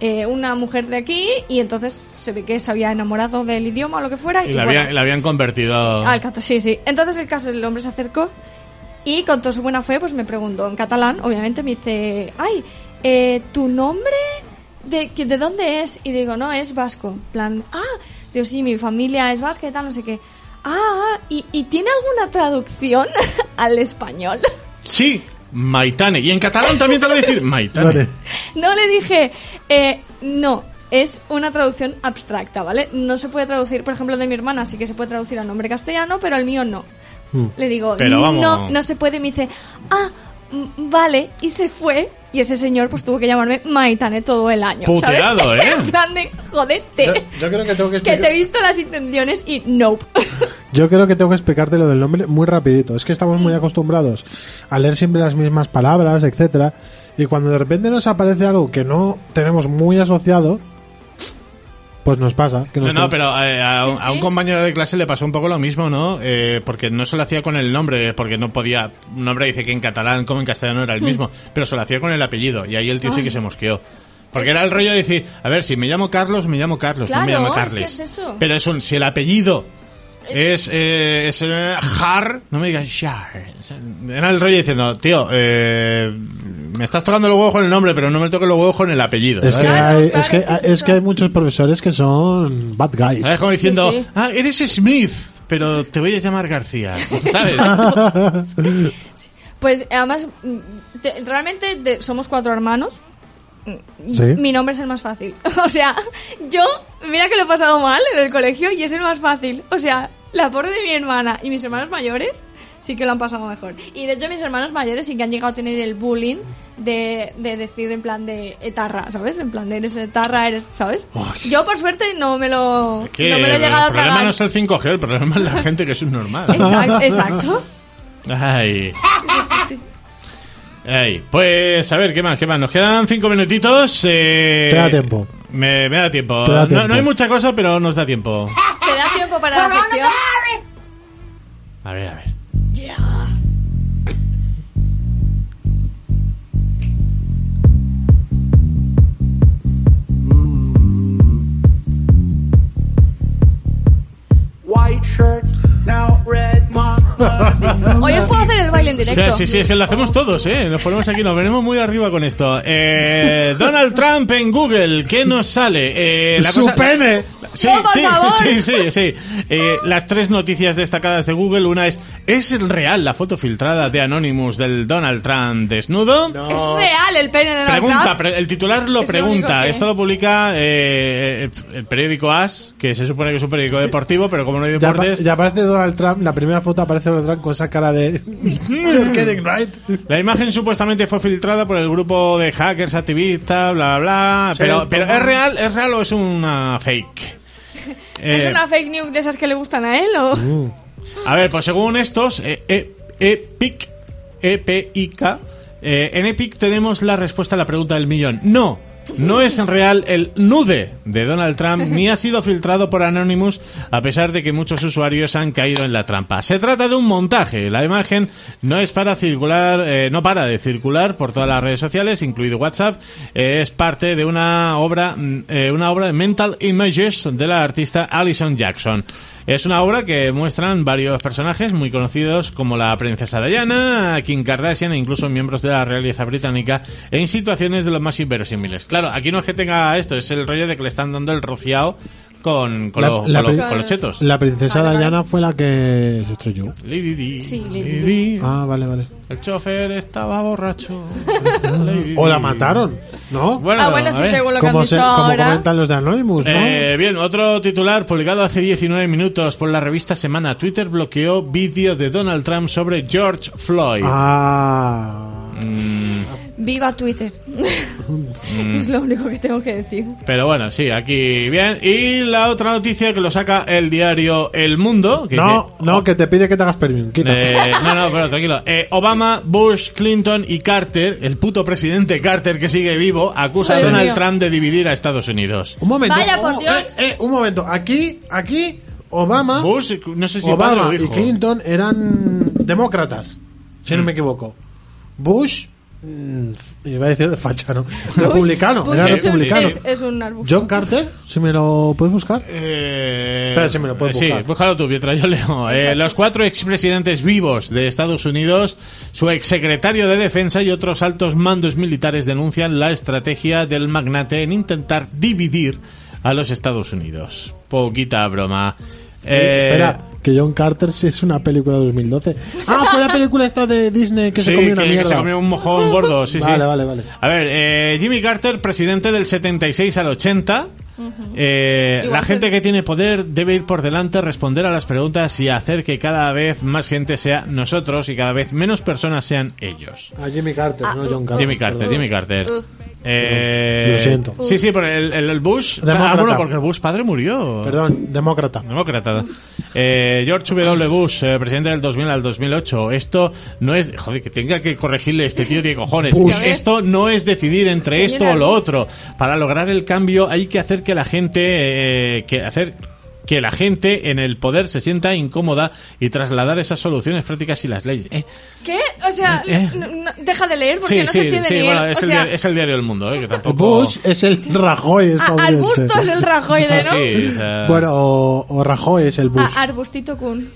Speaker 4: eh, una mujer de aquí y entonces se ve que se había enamorado del idioma o lo que fuera.
Speaker 3: Y la,
Speaker 4: bueno,
Speaker 3: habían, la habían convertido...
Speaker 4: Al cata- sí, sí. Entonces el caso es el hombre se acercó y con toda su buena fe pues me preguntó en catalán, obviamente me dice, ay, eh, ¿tu nombre de, que- de dónde es? Y digo, no, es vasco. En plan, ah, digo, sí, mi familia es vasca y tal, no sé qué. Ah, ah, ¿y, y tiene alguna traducción [LAUGHS] al español?
Speaker 3: Sí, Maitane. Y en catalán también te lo voy a decir. Maitane.
Speaker 5: Vale.
Speaker 4: No le dije, eh, no, es una traducción abstracta, ¿vale? No se puede traducir, por ejemplo, de mi hermana sí que se puede traducir al nombre castellano, pero el mío no. Le digo,
Speaker 3: Hmm. Pero vamos.
Speaker 4: no, no se puede. Y me dice, ah, mm, vale, y se fue. Y ese señor pues tuvo que llamarme Maitane todo el año. ¿sabes?
Speaker 3: Puteado, ¿eh?
Speaker 4: [LAUGHS] en plan de, jodete.
Speaker 5: Yo, yo creo que tengo que
Speaker 4: Este. [LAUGHS] Que te he
Speaker 5: explicar-
Speaker 4: visto las intenciones y nope. [LAUGHS]
Speaker 5: yo creo que tengo que explicarte lo del nombre muy rapidito. Es que estamos
Speaker 4: Mm.
Speaker 5: muy acostumbrados a leer siempre las mismas palabras, etcétera, y cuando de repente nos aparece algo que no tenemos muy asociado, pues nos pasa. Que
Speaker 3: No,
Speaker 5: nos
Speaker 3: no, pero eh, a,
Speaker 4: Sí,
Speaker 3: un- a un
Speaker 4: sí.
Speaker 3: compañero de clase le pasó un poco lo mismo, ¿no? Eh, porque no se lo hacía con el nombre, porque no podía...
Speaker 4: [LAUGHS]
Speaker 3: Un nombre dice que en catalán como en castellano era el mismo, pero se lo hacía con el apellido. Y ahí el tío sí que se mosqueó. Porque era el rollo de decir, a ver, si me llamo Carlos, me llamo Carlos, no me
Speaker 4: Claro,
Speaker 3: llamo
Speaker 4: es que
Speaker 3: Carles.
Speaker 4: es eso.
Speaker 3: Pero es un, si el apellido es, eh, es, eh, Har, no me digas Shar. O sea, Era el rollo diciendo, tío, eh, me estás tocando los huevos con el nombre, pero no me toques los huevos con el apellido.
Speaker 5: Es que,
Speaker 3: ¿sabes?
Speaker 4: Claro,
Speaker 5: hay,
Speaker 4: claro,
Speaker 5: es, que,
Speaker 4: es que es
Speaker 5: es que
Speaker 4: eso.
Speaker 5: hay muchos profesores que son bad guys.
Speaker 3: ¿Sabes? Como diciendo,
Speaker 4: sí.
Speaker 3: ah, eres Smith, pero te voy a
Speaker 4: [LAUGHS]
Speaker 3: llamar García, ¿sabes?
Speaker 4: Pues además, mm, te- realmente te- somos cuatro hermanos. Mm,
Speaker 5: Sí.
Speaker 4: Mi nombre es el más fácil. [LAUGHS] O sea, yo, mira que lo he pasado mal en el colegio y es el más fácil. O sea, la pobre de mi hermana y mis hermanos mayores sí que lo han pasado mejor. Y de hecho mis hermanos mayores sí que han llegado a tener el bullying de, de decir en plan de etarra, ¿sabes? En plan de eres etarra, eres, ¿sabes? Yo por suerte no me lo,
Speaker 3: Es que
Speaker 4: no me lo he
Speaker 3: el
Speaker 4: llegado a
Speaker 3: problema
Speaker 4: tragar.
Speaker 3: no es el 5G, el problema es la gente que es
Speaker 4: [LAUGHS]
Speaker 3: un normal.
Speaker 4: Exacto. exacto.
Speaker 3: Ay. Ay, pues a ver, ¿qué más? ¿Qué más? Nos quedan cinco minutitos. eh,
Speaker 5: Te da tiempo.
Speaker 3: Me, me da tiempo.
Speaker 5: Te da
Speaker 3: No- No,
Speaker 5: tiempo.
Speaker 3: hay mucha cosa, pero nos da tiempo.
Speaker 4: ¿Te da tiempo para la sección?
Speaker 3: A ver, a ver.
Speaker 2: White shirt, now red mom.
Speaker 4: Hoy os puedo hacer el baile en
Speaker 3: O
Speaker 4: directo.
Speaker 3: sea, sí, sí, es que lo hacemos todos, ¿eh? Nos ponemos aquí, nos venimos muy arriba con esto. Eh, Donald Trump en Google, ¿qué nos sale? Eh, la
Speaker 5: ¡Su
Speaker 3: cosa-
Speaker 5: pene!
Speaker 3: Sí,
Speaker 4: ¡No, por
Speaker 3: sí,
Speaker 4: favor!
Speaker 3: sí, sí, sí. Eh, las tres noticias destacadas de Google, una es, ¿es real la foto filtrada de Anonymous del Donald Trump desnudo?
Speaker 4: ¿Es real el pene de la
Speaker 3: Pregunta,
Speaker 4: Trump?
Speaker 3: pre- el titular lo
Speaker 4: Es lo
Speaker 3: pregunta.
Speaker 4: único que-
Speaker 3: Esto lo publica eh, eh, el periódico As, que se supone que es un periódico deportivo, pero como no hay
Speaker 5: Ya, apa-
Speaker 3: deportes,
Speaker 5: ya aparece Donald Trump, la primera foto aparece Donald Trump con esa cara de... You're kidding, right?
Speaker 3: La imagen supuestamente fue filtrada por el grupo de hackers activistas, bla, bla, bla.
Speaker 5: Sí,
Speaker 3: Pero, pero
Speaker 5: toma.
Speaker 3: ¿es real? ¿Es real o es una fake?
Speaker 4: [LAUGHS] ¿Es
Speaker 3: Eh,
Speaker 4: una fake news de esas que le gustan a él o...?
Speaker 3: Mm, A ver, pues según estos, eh, eh, EPIC, E EPIK, eh, en EPIC tenemos la respuesta a la pregunta del millón. No, no es en real el nude de Donald Trump ni ha sido filtrado por Anonymous a pesar de que muchos usuarios han caído en la trampa. Se trata de un montaje. La imagen no es para circular, eh, no para de circular por todas las redes sociales, incluido WhatsApp. Eh, es parte de una obra, mm, eh, una obra de Mental Images de la artista Alison Jackson. Es una obra que muestran varios personajes muy conocidos como la princesa Diana, Kim Kardashian e incluso miembros de la realeza británica en situaciones de los más inverosímiles. Claro, aquí no es que tenga esto, es el rollo de que le están dando el rociado con, con
Speaker 5: La-
Speaker 3: los-
Speaker 5: la
Speaker 3: con los-
Speaker 5: pri-
Speaker 3: con los chetos.
Speaker 5: La princesa
Speaker 4: Vale, vale.
Speaker 5: Diana fue la que se estrelló.
Speaker 3: Lady Di,
Speaker 4: Sí,
Speaker 3: Lady
Speaker 4: Lady
Speaker 3: Di.
Speaker 5: Ah, vale, vale.
Speaker 3: El chofer estaba
Speaker 5: [LAUGHS]
Speaker 3: borracho. Lady
Speaker 5: O la
Speaker 3: Di.
Speaker 5: mataron, ¿no?
Speaker 4: ah, bueno,
Speaker 3: a
Speaker 4: sí,
Speaker 3: ver.
Speaker 4: según lo que han
Speaker 5: como,
Speaker 4: dicho
Speaker 5: se- como
Speaker 4: ahora.
Speaker 5: comentan los de Anonymous, ¿no?
Speaker 3: Eh, bien, otro titular publicado hace 19 minutos por la revista Semana. Twitter bloqueó vídeo de Donald Trump sobre George Floyd.
Speaker 5: Ah...
Speaker 4: Viva Twitter.
Speaker 3: Mm.
Speaker 4: [LAUGHS] es lo único que tengo que decir.
Speaker 3: Pero bueno, sí, aquí bien. Y la otra noticia que lo saca el diario El Mundo. Que
Speaker 5: No,
Speaker 3: dice-
Speaker 5: no, que te pide que te hagas premium. Quítate.
Speaker 3: Oh. Eh, no, no, pero tranquilo. Eh, Obama, Bush, Clinton y Carter, el puto presidente Carter que sigue vivo, acusa a
Speaker 4: Dios
Speaker 3: Donald
Speaker 4: mío.
Speaker 3: Trump de dividir a Estados Unidos.
Speaker 5: Un momento.
Speaker 4: Vaya, por
Speaker 5: oh,
Speaker 4: Dios.
Speaker 5: eh, eh, un momento. Aquí, aquí, Obama,
Speaker 3: Bush, no sé si
Speaker 5: Obama
Speaker 3: padre o
Speaker 5: y
Speaker 3: hijo. Mm.
Speaker 5: Clinton eran demócratas, si no me equivoco. Bush, mm, iba a decir fachano, republicano,
Speaker 4: Bush
Speaker 5: era
Speaker 4: es, un,
Speaker 5: republicano.
Speaker 4: es, es un arbusto.
Speaker 5: John Carter, si me lo puedes buscar.
Speaker 3: Eh,
Speaker 5: Espera, si me lo puedes
Speaker 3: sí,
Speaker 5: buscar.
Speaker 3: búscalo tú mientras yo leo. Eh, los cuatro expresidentes vivos de Estados Unidos, su exsecretario de Defensa y otros altos mandos militares denuncian la estrategia del magnate en intentar dividir a los Estados Unidos. Poquita broma. Eh,
Speaker 5: Espera, que John Carter sí es una película de 2012. Ah, fue la película esta de Disney que
Speaker 3: sí,
Speaker 5: se comió una
Speaker 3: que- que
Speaker 5: mierda.
Speaker 3: se comió un
Speaker 5: [LAUGHS]
Speaker 3: mojón gordo. Sí, sí.
Speaker 5: Vale, vale, vale.
Speaker 3: A ver, eh, Jimmy Carter, presidente del 76 al 80. Eh,
Speaker 4: Igual
Speaker 3: la
Speaker 4: que-
Speaker 3: gente que tiene poder debe ir por delante, responder a las preguntas y hacer que cada vez más gente sea nosotros y cada vez menos personas sean ellos.
Speaker 5: A Ah, Jimmy Carter,
Speaker 4: Ah,
Speaker 5: no John Carter.
Speaker 3: Jimmy Carter,
Speaker 5: perdón.
Speaker 3: Jimmy Carter.
Speaker 4: Uh.
Speaker 3: Eh,
Speaker 5: Lo siento.
Speaker 3: Sí, sí, pero el, el- el Bush.
Speaker 5: Demócrata.
Speaker 3: Ah, bueno, porque el Bush padre murió.
Speaker 5: Perdón, demócrata.
Speaker 3: Demócrata. Eh, George W. Bush, eh, presidente del 2000 al 2008. Esto no es. Joder, que tenga que corregirle este tío de cojones.
Speaker 5: Bush.
Speaker 3: Esto no es decidir entre
Speaker 4: Señora
Speaker 3: esto o lo
Speaker 4: Bush.
Speaker 3: otro. Para lograr el cambio hay que hacer que la gente. eh, que hacer que la gente en el poder se sienta incómoda y trasladar esas soluciones prácticas y las leyes. Eh,
Speaker 4: ¿Qué? O sea,
Speaker 3: Eh.
Speaker 4: no- no- deja de leer porque no se entiende
Speaker 3: sí,
Speaker 4: leer.
Speaker 3: bueno, es,
Speaker 4: o
Speaker 3: el
Speaker 4: sea,
Speaker 3: diario, es el diario del mundo, eh, que tampoco...
Speaker 5: Bush
Speaker 4: [LAUGHS]
Speaker 5: es el Rajoy
Speaker 4: a-
Speaker 5: estadounidense.
Speaker 4: arbusto Ah, es el Rajoy de,
Speaker 3: Ah,
Speaker 4: ¿no?
Speaker 3: sí, o sea,
Speaker 5: Bueno, o, o Rajoy es el Bush.
Speaker 4: A- arbustito Kun.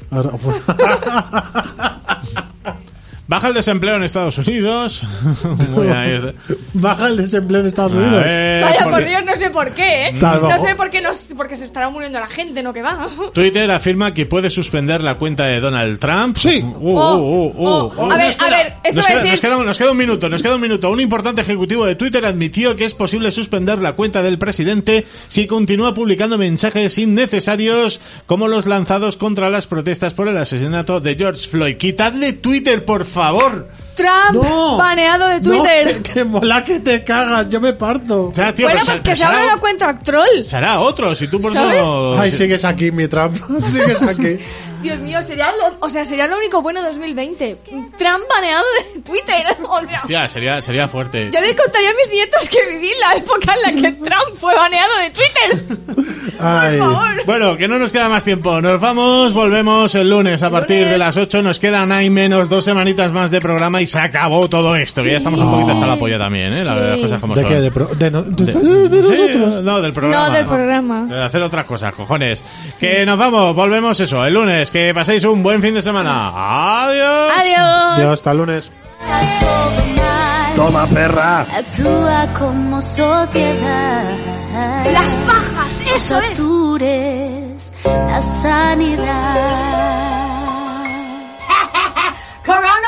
Speaker 3: Baja el desempleo en Estados Unidos. [LAUGHS]
Speaker 5: [LAUGHS]
Speaker 3: Muy ahí está.
Speaker 5: Baja el desempleo en Estados
Speaker 3: A
Speaker 5: Unidos.
Speaker 3: ver,
Speaker 4: Vaya, por
Speaker 3: porque
Speaker 4: Dios, no sé por qué, ¿eh?
Speaker 5: Tal
Speaker 4: No
Speaker 5: bajo.
Speaker 4: sé por qué no, porque se estará muriendo la gente, no que va. [LAUGHS]
Speaker 3: Twitter afirma que puede suspender la cuenta de Donald Trump.
Speaker 5: Sí.
Speaker 3: Uh, uh,
Speaker 4: Oh,
Speaker 3: uh, uh.
Speaker 4: oh. A ver,
Speaker 3: espera.
Speaker 4: a ver, eso
Speaker 3: nos
Speaker 4: va a
Speaker 3: queda,
Speaker 4: decir-
Speaker 3: nos queda un- nos queda un minuto, nos queda un minuto. Un importante ejecutivo de Twitter admitió que es posible suspender la cuenta del presidente si continúa publicando mensajes innecesarios como los lanzados contra las protestas por el asesinato de George Floyd. ¡Quitadle Twitter, por favor!
Speaker 4: Trump
Speaker 5: ¡No!
Speaker 4: baneado de
Speaker 5: No,
Speaker 4: Twitter.
Speaker 5: [LAUGHS] que, que mola que te cagas, yo me parto.
Speaker 3: O sea, tío,
Speaker 4: bueno,
Speaker 3: pero
Speaker 4: pues
Speaker 3: se-
Speaker 4: que se
Speaker 3: será-
Speaker 4: abra la cuenta troll.
Speaker 3: Será otro, si tú por eso
Speaker 4: ¿Sabes?
Speaker 3: no-
Speaker 5: Ay,
Speaker 3: si-
Speaker 5: sigues aquí, mi trampa. [LAUGHS] Sigues aquí.
Speaker 4: Dios mío, sería lo, o sea, sería lo único bueno de 2020. Trump baneado de Twitter. [LAUGHS] O sea,
Speaker 3: Hostia, sería, sería fuerte.
Speaker 4: yo les contaría a mis nietos que viví la época en la que
Speaker 3: [LAUGHS]
Speaker 4: Trump fue baneado de Twitter.
Speaker 5: Ay.
Speaker 4: Por favor.
Speaker 3: Bueno, que no nos queda más tiempo. Nos vamos, volvemos el lunes a partir
Speaker 4: Lunes.
Speaker 3: de las 8. Nos quedan ahí menos dos semanitas más de programa y se acabó todo esto. Que ya estamos un poquito hasta la polla también, ¿eh? La
Speaker 4: Sí.
Speaker 3: verdad, las cosas como
Speaker 5: ¿De
Speaker 3: son.
Speaker 5: qué? ¿De, pro- de no- de-
Speaker 3: De-
Speaker 5: de- de
Speaker 3: Sí,
Speaker 5: nosotros?
Speaker 3: no, del programa.
Speaker 4: No, del programa.
Speaker 3: De hacer otras cosas, cojones. Que nos vamos, volvemos eso, el lunes. Que paséis un buen fin de semana. Adiós.
Speaker 4: Adiós.
Speaker 5: Yo hasta el lunes.
Speaker 6: Toma, perra. Actúa como sociedad.
Speaker 4: Las pajas, eso es.
Speaker 6: Satures la sanidad.
Speaker 4: Corona.